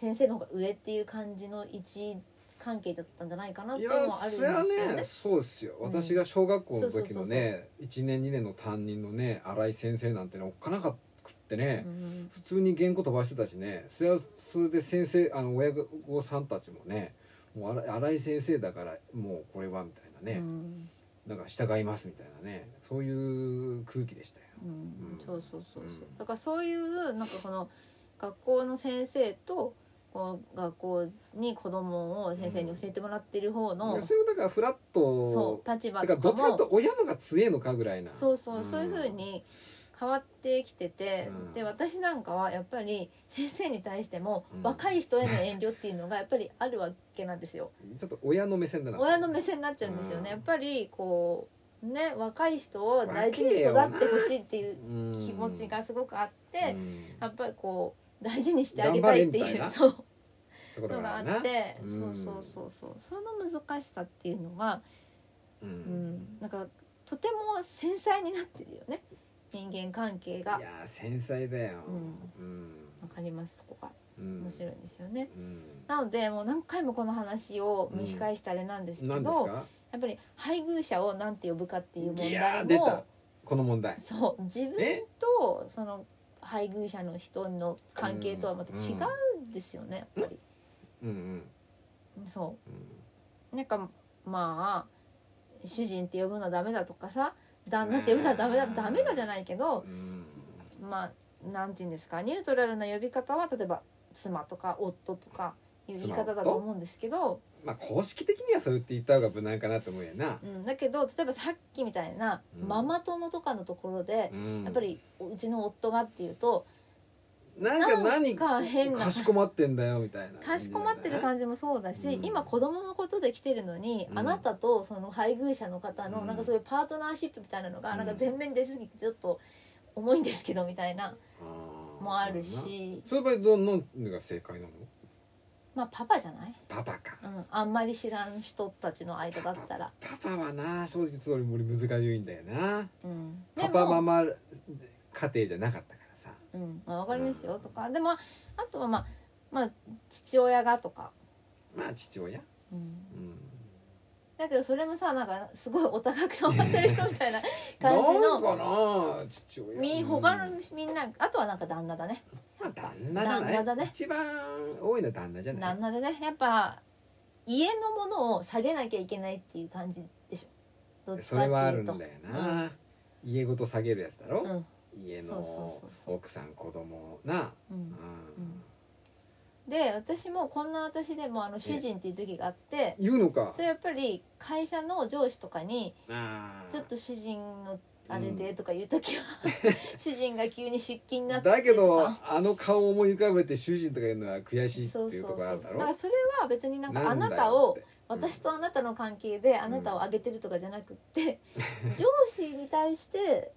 先生の方が上っていう感じの位置関係だったんじゃないかなっ
い
てい
や
うのはあるん
そ
です
れは
よ
ね
ね。
そうですよ
うん
私が小学校の時のね1年2年の担任のね新井先生なんてねおっかなかくってね、
うん
普通に原稿飛ばしてたしねそれはそれで先生あの親御さんたちもねもう新新井先生だからもうこれはみたいなね、
うん
なんか従いますみたいなねそういう空気でしたよ。
うんそうそうそうそう、
うん
だからそういうなんかこの学校の先生とこう学校に子供を先生に教えてもらってる方の、
いやそれもだからフラッ
そ
ト
う立場
だから
と
ど
か
っちかという
も
と親のが強えのかぐらいな
そうそう、
ん
そういう風に変わってきてて、
うん
で私なんかはやっぱり先生に対しても
うん
若い人への遠慮っていうのがやっぱりあるわけなんですよ。
ちょっと親の目線だな
親の目線になっちゃうんですよね、
うん
やっぱりこうね若い人を大事に育ってほしいっていう気
気
持ちがすごくあって。
うん
やっぱりこう大事にしてあげたいって
頑張れみたいな
いうそう
ところが
のが
あ
あ
るな
ってそう
うん
そうそうそうその難しさっていうのが、
う
うん
ん
なんかとても繊細になってるよね人間関係が
いやー繊細だよ
う
うん
わかりますそこが
うん
面白いんですよね、
うん
なのでもう何回もこの話を蒸し返したあれなんですけど、
何で
や
すか
っぱり配偶者を何て呼ぶかっていう問
いや
題
ー出
も
たこの問題
そう自分
え
とその配偶者の人の関係とはまた違うんですよね、やっぱ
うんうん
りそうなんかまあ主人って呼ぶのはダメだとかさ旦那って呼ぶのはダメだ
うん
ダメだじゃないけど
うんうん
まあなんて言うんですかニュートラルな呼び方は例えば妻とか夫とかいう言い方だと思うんですけど、
まあ公式的にはそう言って言った方が無難かなと思うやな
うん、だけど例えばさっきみたいな
うん
ママ友とかのところで、
うん
やっぱりうちの夫がっていうと
なんか何
なんか変な
かしこまってんだよみたいな
かしこまってる感じもそうだし、
うん
今子供のことで来てるのに、
うん
あなたとその配偶者の方
う
の
ん
なんかそういうパートナーシップみたいなのが
うん
なんか全面に出過ぎてちょっと重いんですけどみたいな
あー
もあるし、
そういう場合どんなのが正解なの
まあパパじゃない、
パパか
うん、あんまり知らん人たちの間だったら。
パパはな正直それ俺難しいんだよな
うん、
パ
でも
パママ家庭じゃなかったからさ
うんまあ、わかりますよとかでもあとはまあまあ父親がとか、
まあ父親
うん、
うん
だけどそれもさなんかすごいお高く泊まってる人みたいな感じ
[laughs] なんか
の。
な父親
み他のみんなあとはなんか旦那だね
まあ旦那じゃない
旦那だね
一番多いのは旦那じゃない
旦那でねやっぱ家のものを下げなきゃいけないっていう感じでしょどっち
そ
か
れはあ
っ
る
ていうんと
だよな、家ごと下げるやつだろ、
うん
家
そうそうそ
の
うそう
奥さん子供なう
う
んん
で私もこんな私でもあの主人っていう時があって
言うのか
それやっぱり会社の上司とかに
あー
ちょっと主人のあれでとか言う時
[laughs]
は、主人が急に出勤になって
だけど
とか
あの顔を思い浮かべて主人とか言うのは悔しいって
そう
い
そう
う
そ
と
う
ころあるだ
だ
ろ
からそれは別になんかあ
んだ
な
よ
たを
って
私とあなたの関係であなたをあげてるとかじゃな
[laughs]
くって、上司に対して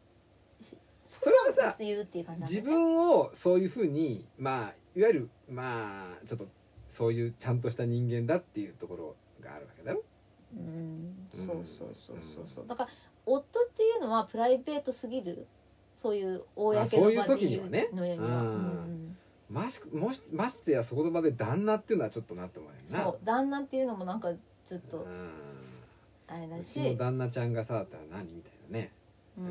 し
それはさ
そう言うっていう感じなんだ
自
よね
分をそういうふうにまあいわゆるまあちょっとそういうちゃんとした人間だっていうところがあるわけだろ
うんそうそうそうそうそううだから夫っていうのはプライベートすぎるそういう公
あそう
の
いう
場で
時に
言
は
う
ね
のよりは、
うん
うん
ましもしましてやそこの場で旦那っていうのはちょっとなって思うよな
そう旦那っていうのもなんかちょっと
う
あれ
ん
だ
う
し、
ち
う
の旦那ちゃんがさだったら何みたいなね、
ん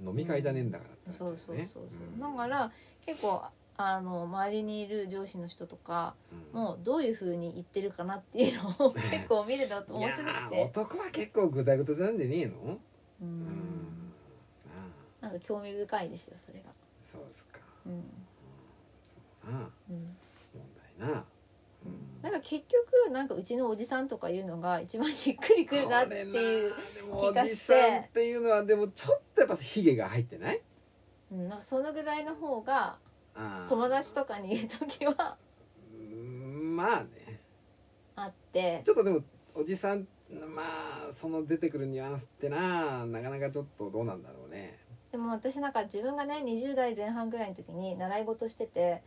うん飲み会じゃねえんだからってなっち
そ
ゃ
うそうそうそうう
ね、
だから結構あの周りにいる上司の人とか
うん
もうどういう風に言ってるかなっていうの
[laughs]
を結構見れたと面白く
いやー
て、
男は結構グダグダなんでねえのう
う、
んあ
なんか興味深いですよそれが。
ーそうですか
うん
そうな
うん
問題なうん
なんか結局なんかうちのおじさんとかいうのが一番しっくりくるなっていう、
これなでもおじさんっていうのはでもちょっとやっぱヒゲが入ってない
うん、なんかそのぐらいの方が
あー
友達とかに言う時は
うんまあね
あって
[laughs] ちょっとでもおじさんまあその出てくるニュアンスってななかなかちょっとどうなんだろうね
でも私なんか自分がね20代前半ぐらいの時に習い事してて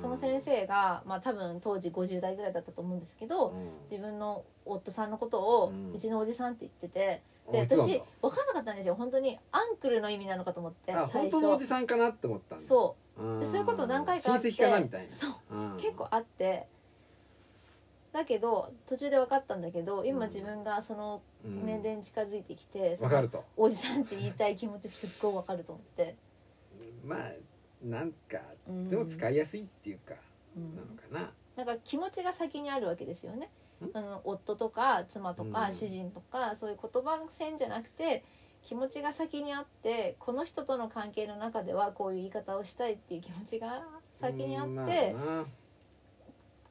その先生が、まあ、多分当時50代ぐらいだったと思うんですけ
う
ど
ん
自分の夫さんのことを
うん
うちのおじさんって言ってて、
あ言って
で
たんだ
私分かんなかったんですよ本当にアンクルの意味なのかと思って
あ本当のおじさんかなって思ったんだ
そううんでそういうこと何回かあって
親戚かなみたいな
そう
うん
結構あってだけど途中で分かったんだけど
う
今
ん
自分がその
うん
年齢に近づいてきて、そ
わ
の
かると
おじさんって言いたい気持ちすっごい分かると思って、
まあなんか
うん
でも使いやすいっていうか
うん
なのかな
なんか気持ちが先にあるわけですよね
ん。
あの夫とか妻と
う
か
ん
主人とかそういう言葉線じゃなくて気持ちが先にあってこの人との関係の中ではこういう言い方をしたいっていう気持ちが先にあ
う
っ
んま
て
なや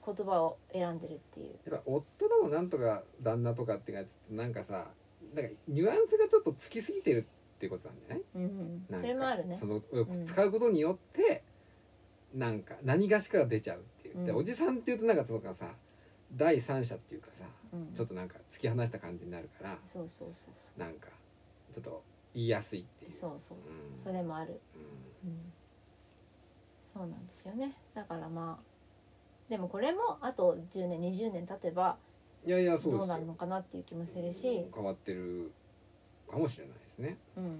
言葉を選んでるっていう。
っぱ夫でもなんとか旦那とかって感じってなんかさなんかニュアンスがちょっとつきすぎてるっていうことなんじゃない
うんう
なんか
ん、それもあるね
そ。の
ん
使うことによって、なんか何がしかが出ちゃうっていう、で
うん
おじさんっていうとなんかとかさ第三者っていうかさ
うん
ちょっとなんか突き放した感じになるから
そうそうそう
なんかちょっと言いやすいっていう
そう。そうそう。
うん
それもある。
うん
うんそうなんですよね。だからまあでもこれもあと10年20年経てば
いやいやそうです
ど
よ
うなるのかなっていう気もするし、
変わってるかもしれないですね、
うん
うん、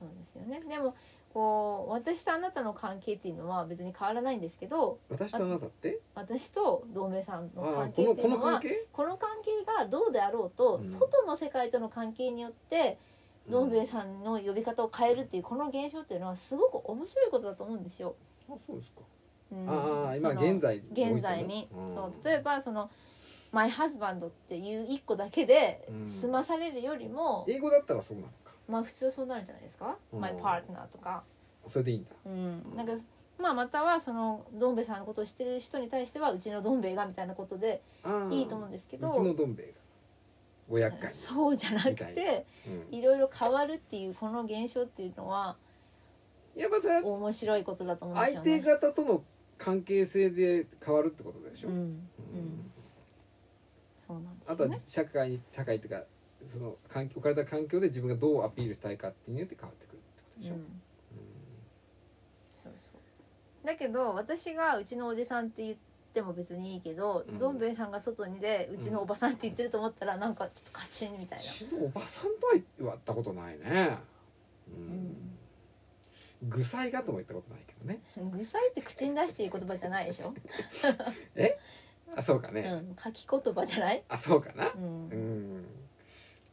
そうですよねでもこう私とあなたの関係っていうのは別に変わらないんですけど
私とあなたって
私と同盟さんの
ああ
関
この
係ってい
こ
う
の
のは
関係
この関係がどうであろうと、
うん
外の世界との関係によって同盟さんの呼び方を変えるっていうこの現象っていうのはすごく面白いことだと思うんですよ。
あそうですか、
うん
ああ今
その
現在
現在に、
うん
そう例えばその「マイハズバンド」っていう一個だけで
うん
済まされるよりも、
英語だったらそうなのか
まあ普通そうなるんじゃないですか「
うん
マイパートナー」とか。
それでいいんだ
うん、なんかまあまたはそのどん兵衛さんのことを知ってる人に対してはうちのどん兵衛がみたいなことで
ああ
いいと思うんですけど、
うちのどん兵衛がご厄介
そうじゃなく
みた
て
に、うん、
いろいろ変わるっていうこの現象っていうのは
やっぱさ
面白いことだと思うんです
相
よね。
手方との関係性で変わるってことでしょ、
うん、う
うん
ん、そうなんです
あ
よ
とは
ね。
社会に社会っていうかその環境置かれた環境で自分がどうアピールしたいかっていうのによって変わってくるってことでしょ、
う
うん
んそうそうだけど私がうちのおじさんって言っても別にいいけど、
うん
どん兵衛さんが外にでうちのおばさんって言ってると思ったらなんかちょっとカチンみたいな。
ちのおばさんとは言わったことないねうん、具材がとも言ったことないけどね
ぐさいって口に出していい言葉じゃないでしょ、
あそうか
う
ね、
ん、書き言葉じゃない、
あそうかな
う
うんん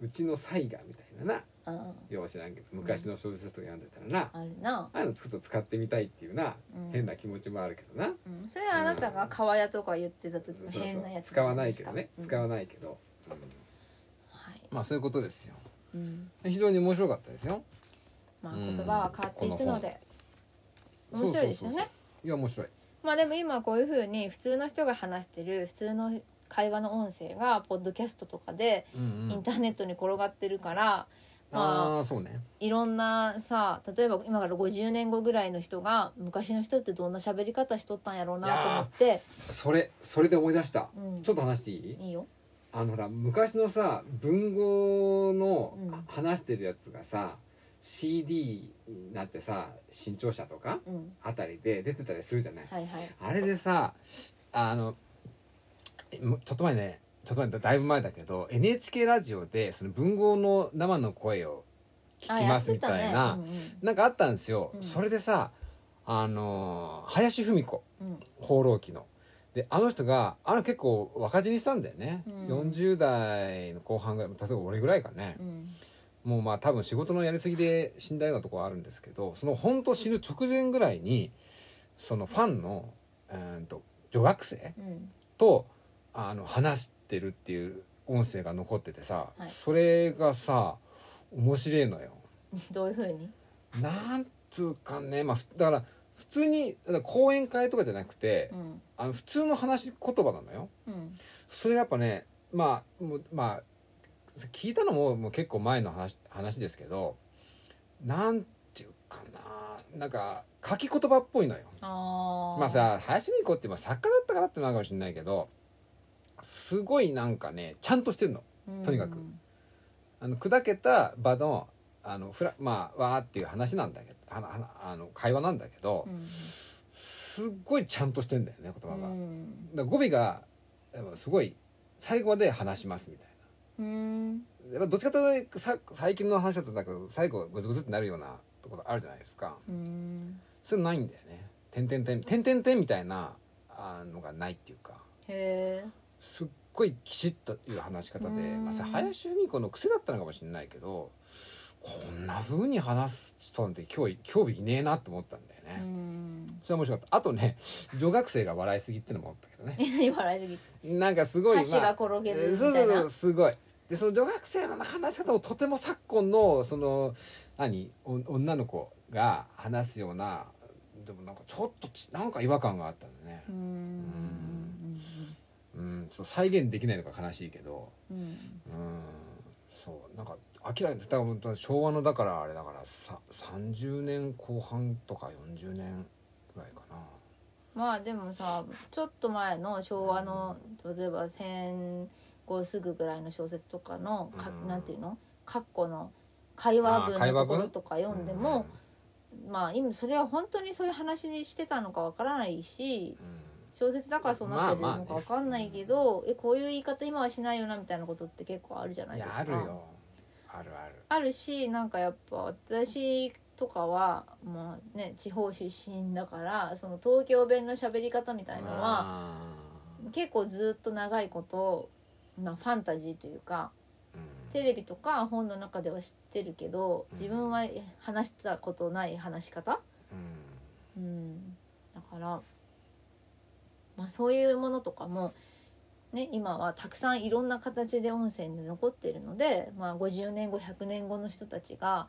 うちのサイガーみたいなな
あ
よう知らんけど昔の小説とか読んでたらな、
あるな、
ああいうのちょっと使ってみたいっていうな、
うん、
変な気持ちもあるけどな、
うん、それはあなたが川屋とか言ってた時の
そうそ
変
う
なやつじ
使
ゃ
わないけ
です
ど
か
ね、使わ
うん
ないけど、
はい
まあそういうことですよ
うん、
非常に面白かったですよ
まあ
うん
言葉は変わっていくので面白いです
そうそうそう
よね
そういや面白い
まあでも今こういうふうに普通の人が話してる普通の会話の音声がポッドキャストとかで
うんうん
インターネットに転がってるから、まあ
あーそうね
いろんなさ例えば今から50年後ぐらいの人が昔の人ってどんな喋り方しとったんやろうなと思って、
それそれで思い出した、
うん、
ちょっと話していい
いいよ、
あのほら昔のさ文豪の
うん
は話してるやつがさ、CD になってさ新潮社とか
うん、
あたりで出てたりするじゃない、
はいはい、
あれでさあのえもうちょっと前ねちょっと前だだいぶ前だけど NHK ラジオでその文豪の生の声を聞きますみたいな
あやって
なんかあったんですよ、
うん
それでさあのー林芙美子
たね
放浪記の。であの人があの結構若死にしたんだよね、
うん
40代の後半ぐらい例えば俺ぐらいかね
うん、うん
もうまあ多分仕事のやりすぎで死んだようなとこはあるんですけどその本当死ぬ直前ぐらいにそのファンの、うーんと女学生
うん
とあの話してるっていう音声が残っててさ、
はい
それがさ面白いのよ。
どういうふうに
なんつうかね、まあ、ふだから普通にだから講演会とかじゃなくて、
うん
あの普通の話し言葉なのよ。
うん
それがやっぱねまあもうまあ聞いたのももう結構前の話話ですけどなんていうかななんか書き言葉っぽいのよ。
あー
まあさ林美子ってまあ作家だったからってのもあるかもしれないけどすごいなんかねちゃんとしてるの。
うん
とにかくあの砕けた場のあのフラまあわーっていう話なんだけどあのあのあの会話なんだけど、
うん
すっごいちゃんとしてんだよね言葉が。
う
だか
ん
ら語尾がやっぱすごい最後まで話しますみたいな。
うん
やっぱどっちかというとさ最近の話だとなんか最後グズグズってなるようなところあるじゃないですか
うん
それないんだよね「てんてんてん」「てんてんてん」みたいなあのがないっていうか
へえ
すっごいきちっという話し方
う
で、
ん
まあ、それ林芙美子の癖だったのかもしれないけどこんな風に話す人なんて興味興味いねえなと思ったんだよ
う
ね、
ん
それは面白かったあとね女学生が笑いすぎってのもあったけどね
笑いすぎ
なんかすごい、
箸が転げるみた
そう
いな
そうそうすごいでその女学生の話し方もとても昨今のその何お女の子が話すようなでもなんかちょっとちなんか違和感があったんだね
うん
うんちょっと再現できないのが悲しいけど
うんうん
うんそうなんか明らかに多分昭和のだからあれだからさ30年後半とか40年ぐらいかな
まあでもさちょっと前の昭和の例えば戦後すぐぐらいの小説とかのか、
うん
なんていうの括弧の会話
あー会話
文のと
文
ころとか読んでも、まあ今それは本当にそういう話にしてたのかわからないし
うん、うん
小説だからそうなってる
まあまあ
の
ね
かわかんないけど、えこういう言い方今はしないよなみたいなことって結構あるじゃない
い
です
や
か。
あるよあるある
あるしなんかやっぱ私とかはもうね地方出身だからその東京弁の喋り方みたいのは。
あ
結構ずっと長いこと、まあ、ファンタジーというか
ーうん
テレビとか本の中では知ってるけど自分は話したことない話し方、
う
うん、だから、まあ、そういうものとかも、ね、今はたくさんいろんな形で音声で残ってるので、まあ、50年後100年後の人たちが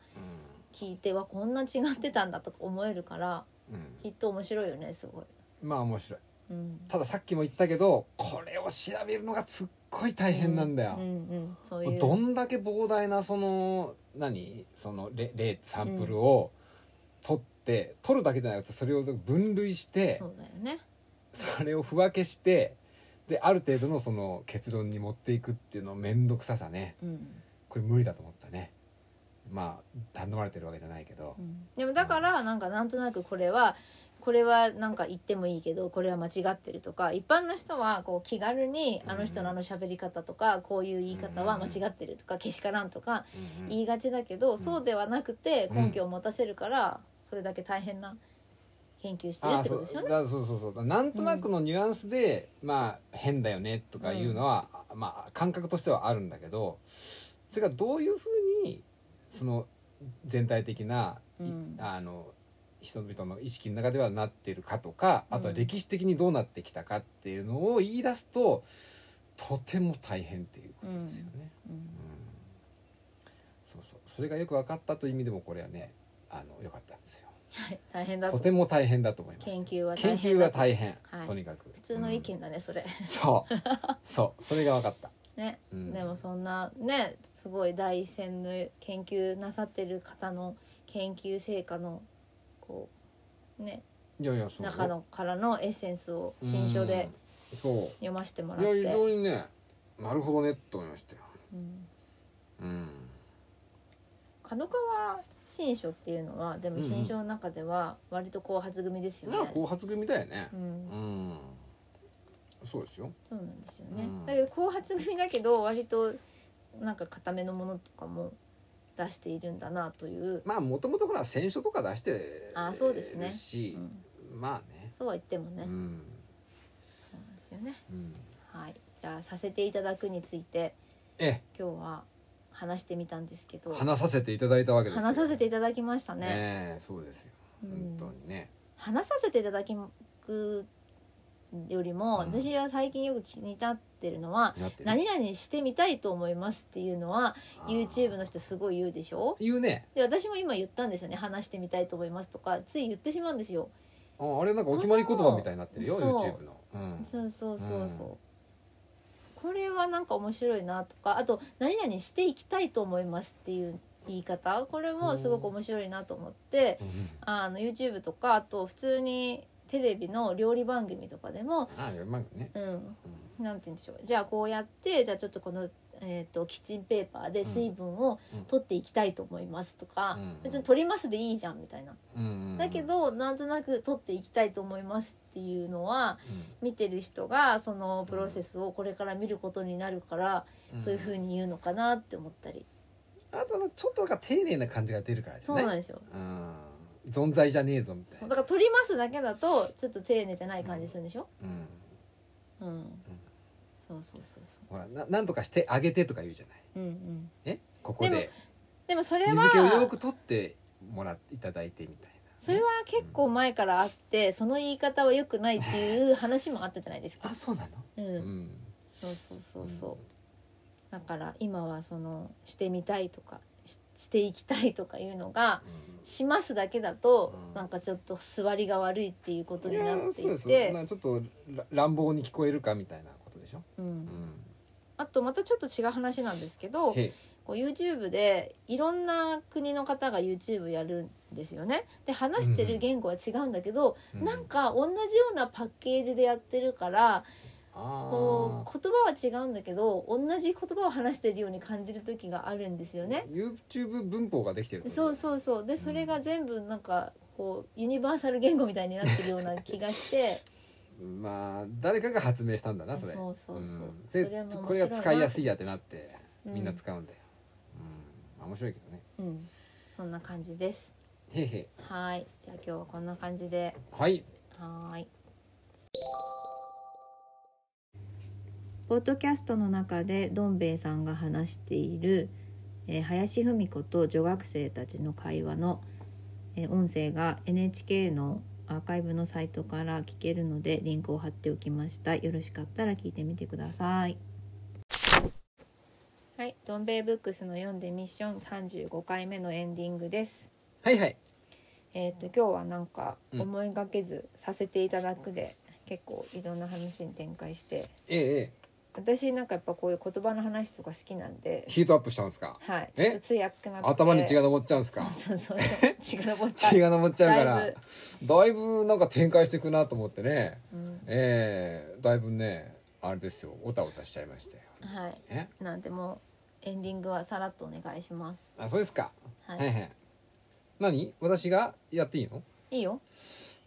聞いてはこんな違ってたんだとか思えるから
んうん
きっと面白いよねすごい。
まあ面白い
うん、
たださっきも言ったけどこれを調べるのがすっごい大変なんだよ
うん、うん、そういう
どんだけ膨大なその何その例例サンプルを取って、取るだけじゃなくてそれを分類して
そうだよね。
それを不分けしてである程度のその結論に持っていくっていうの面倒くささね
うん
これ無理だと思ったねまあ頼まれてるわけじゃないけど、
でもだからなんかなんとなくこれはこれはなんか言ってもいいけどこれは間違ってるとか一般の人はこう気軽に
うん
あの人のあの喋り方とかこういう言い方は間違ってるとかけしからんとか
うんうん
言いがちだけどそうではなくて
うん
根拠を持たせるからそれだけ大変な研究してる
あ
って
そ
こ
う
とですよね。
だそうそうそうだなんとなくのニュアンスで、まあ変だよねとかいうのは、あまあ感覚としてはあるんだけどそれがどういうふうにその全体的な、い
うん
あの人々の意識の中ではなってるかとかあとは歴史的にどうなってきたかっていうのを言い出すととても大変っていうことですよね。
うん
うんそうそうそれがよく分かったという意味でもこれはねあの良かったんですよ。
はい大変だ
と
と
ても大変だと思います
研究は
研
大
究
変
は
だと
大変、
はい
とにかく
普通の意、見だねそれ。
うんそう
[laughs]
そうそれが分かった、
ね
うん
でもそんなねすごい第一線の研究なさってる方の研究成果のこうね
いやいやそう
中のからのエッセンスを新書で
うんそ
読ませても
う
ら
い
っ
や
て、
非常にねなるほどねと思いましたよ
うん
うん
角川新書っていうのはでも新書の中では割と後発組ですよね
なんか。後発組だよね
う
うんん、そうですよ
そうなんですよね、
うん
だけど後発組だけど割となんか固めのものとかも出しているんだなという、
まあもともとほら選書とか出して
あそうですね
るし、
うん
まあね
そうは言ってもね、
うん、
そうなんですよね
うん、
はい、じゃあさせていただくについて
え
今日は話してみたんですけど
話させていただいたわけですよ
話させていただきましたね。
ねえそうですよ、
うん
本当にね
話させていただくより
うん
も、私は最近よく気に立ってるのは
なって
「
る
何々してみたいと思います」っていうのは
あー
YouTube の人すごい言うでしょ
言うね
で私も今言ったんですよね話してみたいと思いますとかつい言ってしまうんですよ
うんあれなんかお決まり言葉みたいになってるよ
そう
YouTube の、うん、
そうそうそうそう、
うん
これはなんか面白いなとかあと「何々していきたいと思います」っていう言い方これもすごく面白いなと思って、
うん
あの YouTube とかあと普通にテレビの料理番組とかでも
あうまくね、
うん
うん
なんて言うんでしょうじゃあこうやってじゃあちょっとこの、えー、とキッチンペーパーで水分を
うん
取っていきたいと思いますとか、
うんうん
別に取りますでいいじゃんみたいな、
うんうんうん
だけ、どなんとなく取っていきたいと思いますっていうのは
うん
見てる人がそのプロセスをこれから見ることになるから、そういう風に言うのかなって思ったり、
あとあのちょっとなんか丁寧な感じが出るからです
そう
ね
なんですよ、
うん存在じゃねえぞみたい
そ
うな
だから取りますだけだとちょっと丁寧じゃない感じするんでしょ、
うん
うんそうそうそうそ
ほらななんとかしてあげてとか言うじゃないう
うんうん
えここ
で
で
でもそれ
水
は
気をよく取ってもらっていただいてみたいな
それは結構前からあってその言い方は良くないっていう話もあったじゃないですか
あ。そうなの
う、
うんん
そうそうそうそうだから今はそのしてみたいとかししていきたいとかいうのが
う
しますだけだと
うん
なんかちょっと座りが悪いっていうこと
ん
になって
そう
い
ですよ
て、
なちょっとら乱暴に聞こえるかみたいなことでしょ、
う、
うんん、
あとまたちょっと違う話なんですけど
へ
こう YouTube でいろんな国の方が YouTube やるんですよね。で話してる言語は違うんだけど、
う
なんか同じようなパッケージでやってるから。こ
あ
う言葉は違うんだけど同じ言葉を話してるように感じる時があるんですよ
あ、
ね。
YouTube 文法ができてるってこと
そうそうそうでそれが全部なんかこうユニバーサル言語みたいになってるような気がして、
まあ誰かが発明したんだなそれ
そうそうそうん
で
それも面白いな
これが使いやすいやってなって
うん
みんな使うんだよ、うん面白いけどね
うん、そんな感じです。
へいへい
はいじゃあ今日はこんな感じで
はい
はーい。
ポッドキャストの中でどん兵衛さんが話している、えー林芙美子と女学生たちの会話の、えー音声が NHK のアーカイブのサイトから聞けるのでリンクを貼っておきましたよろしかったら聞いてみてください
はいドンベイブックスの読んでミッション35回目のエンディングです。
はいはい
えっ、と今日はなんか
うん
思いがけずさせていただくで、結構いろんな話に展開して
えええ
私なんかやっぱこういう言葉の話とか好きなんで
えヒートアップしたんですか
はい。
え
ちょっとつい熱くなって。
頭に血が
う。
上っちゃうんですか
そうそう
[laughs]
そう。血が上った。
血が上っちゃうから
だ
だ
い
いぶなんか展開していくなと思ってね
うん。
ええだいぶねあれですよおたおたしちゃいましたよ
はい。
ね
なんでもうエンディングはさらっとお願いします。
あそうですか、
はい
はいはい何私がやっていいの
いいよ。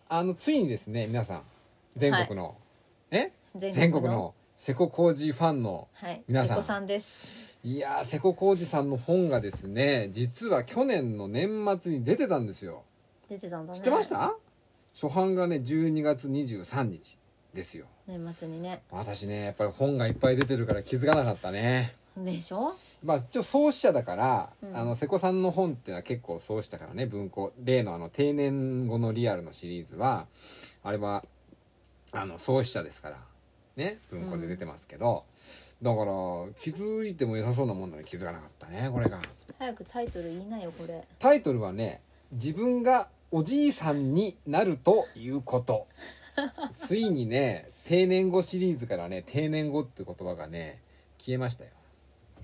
あのついにですね皆さん全国の、え
全
全国の瀬古浩二ファンの
はい。
皆さん
瀬古さんです。
いやー瀬古浩二さんの本がですね実は去年の年末に出てたんですよ
出てたんだね。
知ってまし。た初版がね12月23日ですよ
年末にね。
私ねやっぱり本がいっぱい出てるから気づかなかったね
でしょ。
まあ一応創始者だから、
うん
あの瀬古さんの本っていうのは結構創始者からね文庫例のあの定年後のリアルのシリーズはあれはあの創始者ですからね文庫で出てますけど、だから気づいても良さそうなもんだね気づかなかったねこれが
早くタイトル言いなよこれ。
タイトルはね「自分がおじいさんになるという
[laughs]
こと」ついにね定年後シリーズからね定年後って言葉がね消えましたよ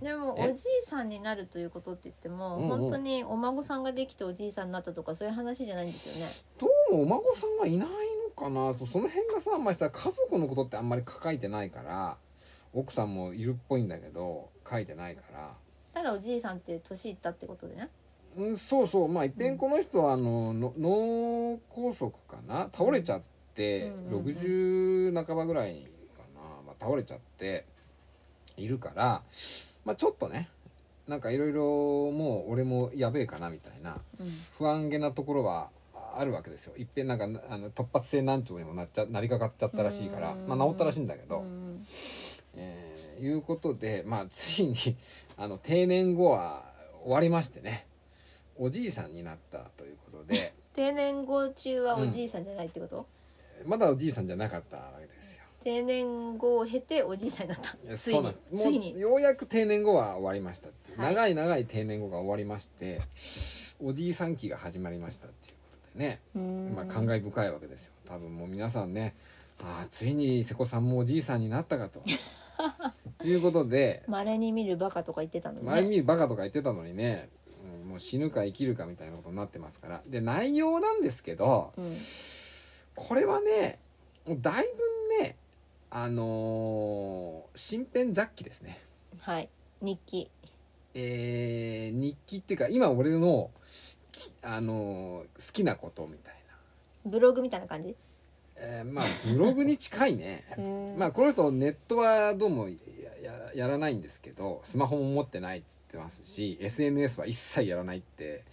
でもお
え
じいさんになるということって言っても、
うんうん
本当にお孫さんができておじいさんになったとかそういう話じゃないんですよね。
どうもお孫さんがいないのかなとその辺がさあんまりさ家族のことってあんまり書いてないから奥さんもいるっぽいんだけど書いてないから
ただおじいさんって年いったってことでね。
うんそうそうまあいっぺんこの人はあのの脳梗塞かな倒れちゃって、
うんうんうんうん
60半ばぐらいかな、まあ、倒れちゃっているから、まあ、ちょっとねなんかいろいろもう俺もやべえかなみたいな
うん。
不安げなところはあるわけですよいっぺんなんかあの突発性難聴にもなっちゃなりかかっちゃったらしいから、
うん
まあ、治ったらしいんだけど、
うん
えーいうことで、まあ、ついにあの定年後は終わりましてねおじいさんになったということで
っ定年後中はおじいさんじゃないってこと、
まだおじいさんじゃなかったわけですよ
定年後を経ておじいさんになった
いや
つい
そうな
に
んですも
つ
う
いに
ようやく定年後は終わりましたっていう、
はい
長い長い定年後が終わりましておじいさん期が始まりましたっていうことでね、まあ、感慨深いわけですよ多分もう皆さんねああついに瀬古さんもおじいさんになったか
[laughs]
ということで
まれに見るバカとか言ってたの
前
ね
見るバカとか言ってたのにね、うんもう死ぬか生きるかみたいなことになってますからで内容なんですけど
うん
これはねもうだいぶねあのー新編雑記ですね
はい日記
えー日記っていうか今俺の、きあのー好きなことみたいな、
ブログみたいな感じ
えーまあブログに近いねま
ま
あこの人ネットはどうもやややらないんですけどスマホも持ってないっつってますし SNS は一切やらないって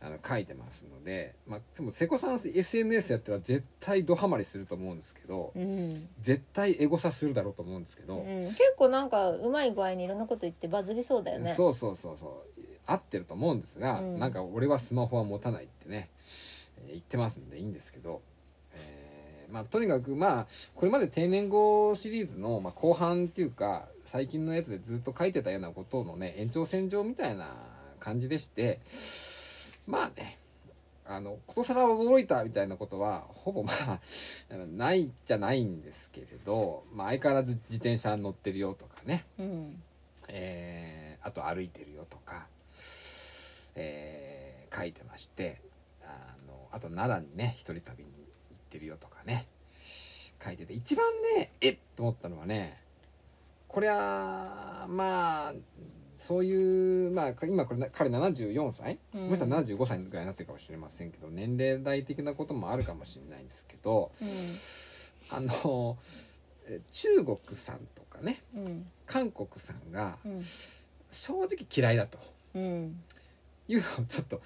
あの書いてますので、まあ、でも瀬古さん SNS やったら絶対ドハマりすると思うんですけど
うん、
絶対エゴサするだろうと思うんですけ
う
ど、
ん、結構なんかうまい具合にいろんなこと言ってバズりそうだよね
そうそうそうそう合ってると思うんですが、
うん
なんか俺はスマホは持たないってね、えー言ってますんでいいんですけど、えーまあ、とにかくまあこれまで定年後シリーズの、まあ、後半っていうか最近のやつでずっと書いてたようなことのね延長線上みたいな感じでしてまあねあのことさら驚いたみたいなことはほぼまあ [laughs] ないじゃないんですけれど、まあ、相変わらず自転車に乗ってるよとかね
うん
えーあと歩いてるよとか、えー書いてましてあのあと奈良にね一人旅に行ってるよとかね書いてて一番ねえっと思ったのはねこれはまあそういうまあ今これな彼74歳
う
も
ん
しかしたら75歳ぐらいになってるかもしれませんけど年齢代的なこともあるかもしれないんですけどあのえ中国さんとかね
うんうん
韓国さんが
うん
正直嫌いだと
うん
いうのをちょっと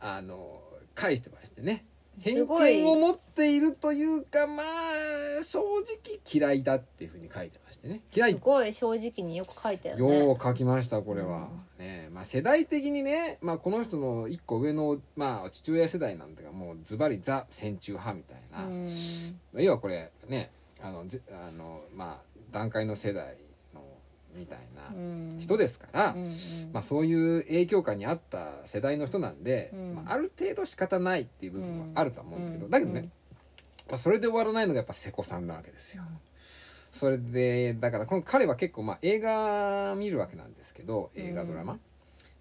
あの返してましてね
す
偏
ごい
見を持っているというかまあ正直嫌いだっていうふうに書いてましてね嫌い
すごい正直によく書いたよね
よう書きましたこれは、ねまあ、世代的にね、まあ、この人の一個上の、まあ、父親世代なんてがもうズバリザ戦中派みたいな、
うん
要はこれねあのぜあの、まあ、段階の世代のみたいな
うん
人ですから、
うんうん
まあ、そういう影響下にあった世代の人なんで、
うん
まあ、ある程度仕方ないっていう部分はあるとは思うんですけど、
うん
だけどね、まあ、それで終わらないのがやっぱ瀬古さんなわけですよ。それでだからこの彼は結構まあ映画見るわけなんですけど映画ドラマ。
う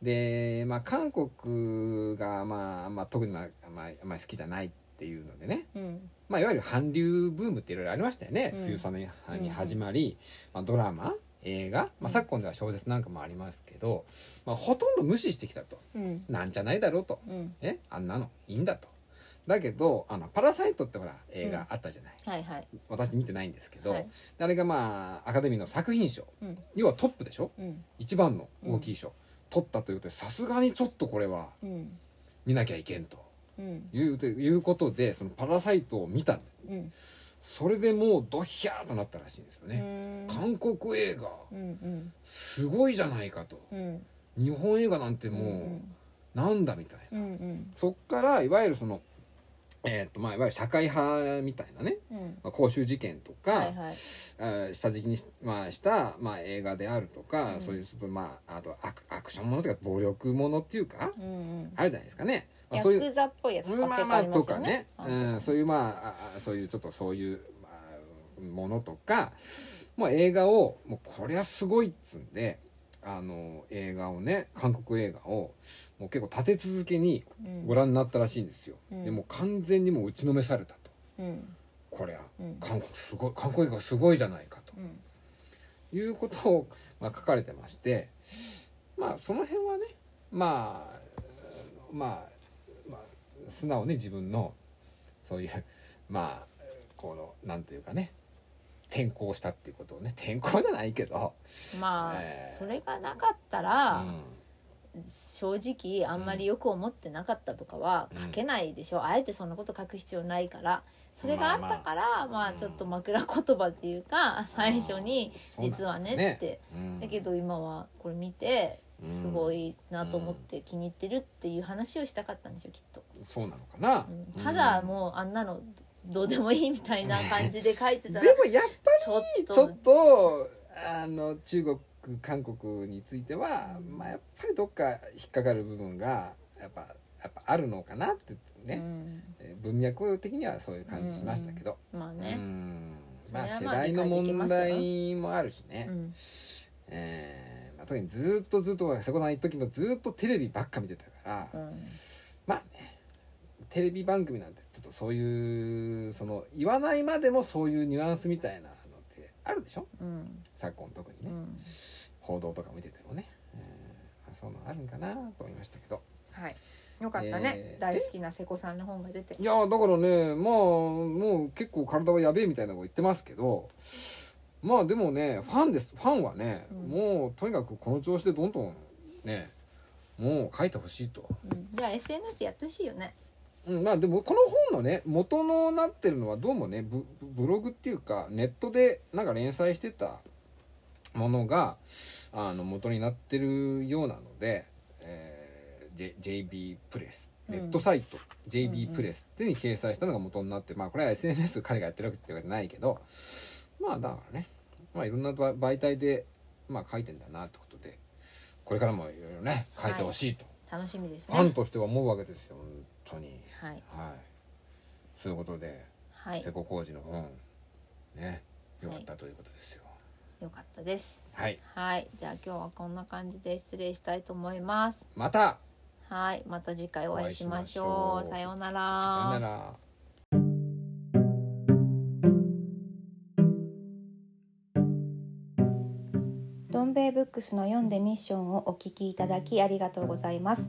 で、まあ、韓国が、まあまあ、特に、まあまあ、あんまり好きじゃないっていうのでね、
うん
まあ、いわゆる韓流ブームっていろいろありましたよね、
うん
冬雨に始まり、まあ、ドラマ映画、まあ、昨今では小説なんかもありますけど、まあ、ほとんど無視してきたと
うん
なんじゃないだろうと
うん
えあんなのいいんだとだけどあの「パラサイト」ってほら映画あったじゃない、
はいはい
私見てないんですけど、
はい
あれがまあアカデミーの作品賞
うん
要はトップでしょ
うん
一番の大きい賞、取ったということでさすがにちょっとこれは
うん
見なきゃいけんと
うん
いうということでその「パラサイト」を見たんです
うん
それでもうドヒャーとなったらしいんですよ
う
ね、
ん
韓国映画
うん
すごいじゃないかと
うんうん
日本映画なんてもうなんだみたいな、
うんうん
そっからいわゆるそのえっとまあいわゆる社会派みたいなね、
うん
まあ、公衆事件とか、
はいはい
あー下敷きにし,、まあ、した、まあ、映画であるとか、
うん
そういうちょっとまああとアクアクションものとか暴力ものっていうか、
うんうん
あるじゃないですかね、まあ、
ヤ
そういう
クザっぽいやつ
まあま
結構
あ
りま
と
すよ
かね、うん、そういうまあああそういうちょっとそういう、まあ、ものとかもう映画をもうこれはすごいっつんであの映画をね韓国映画をもう結構立て続けに
うん
ご覧になったらしいんですよ、
うん
でもう完全にもう打ちのめされたと
うん
これは
うん
韓国すごい韓国映画すごいじゃないかと
うん
いうことを、まあ、書かれてましてまあその辺はねまあうんまあ、まあ、素直に自分のそういうまあこのなんというかね転校したっていうことをね転校じゃないけど、
ま
え
あ
ー
それがなかったら正直あんまりよく思ってなかったとかは
うん
書けないでしょ、あえてそんなこと書く必要ないからそれがあったから、まあ
うん
ちょっと枕言葉っていうか最初に
あーそうなんです
実
か
は
ね
ねって
うん
だけど今はこれ見て
うん
すごいなと思って気に入ってるっていう話をしたかったんでしょうきっと、
そうなのかな
う、ん
うん
ただもうあんなのどうでもいいみたいな感じで書いて
で
たら
もやっぱ
ちょっ
り
と
ちょっとあの中国韓国については、まあ、やっぱりどっか引っかかる部分がやっぱやっぱあるのかなって
う
ね、
ん、
えー文脈的にはそういう感じしましたけど、
まあ
うん
ね、
まあ
そ
世
れはまあ
代の問題もあるし
う
ね、
ん、
えーまあ、特にずっとずっと瀬古さん一時もずっとテレビばっか見てたから、
うん
まあねテレビ番組なんてちょっとそういうその言わないまでもそういうニュアンスみたいなのってあるでしょ
うん
昨今特に
う
ね、
ん
報道とか見ててもね、えーまあ、そういうのあるんかなと思いましたけど
はいよかったね、
えー
大好きな瀬古さんの本が出て
いやーだからねまあもう結構体はやべえみたいなこと言ってますけどまあでもねファンですファンはね、
うん
もうとにかくこの調子でどんどんねもう書いてほしいと。
うんじゃあ SNS やってほしいよね
うん、まあでもこの本のね元のなってるのはどうもねブブログっていうかネットでなんか連載してたものがあの元になってるようなので、えー J- JB プレス
うん
ネットサイト、
うんう
JB
ん
プレスっていうのに掲載したのが元になってまあこれは SNS 彼がやってるわけってわけじゃないけどまあだからねまあいろんなば媒体でまあ書いてんだなってことでこれからもいろいろね書いてほしいと、
楽しみです
ファン
ね
としては思うわけですよ本当に。
はい
はい。そういうことで、
はい
瀬古浩二の本ね、良かったということですよ。
よかったです
はい。
はいじゃあ今日はこんな感じで失礼したいと思います
また。
はいまた次回お会いしまし
お
ょ
会いしましょ
う
う
さような
さ
ら
よなら。
どん兵衛ブックスの読んでミッションをお聞きいただきありがとうございます、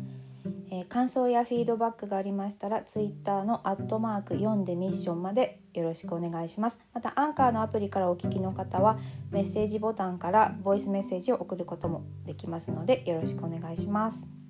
えー感想やフィードバックがありましたらツイッターのアットマーク読んでミッションまでよろしくお願いしますまたアンカーのアプリからお聞きの方はメッセージボタンからボイスメッセージを送ることもできますのでよろしくお願いします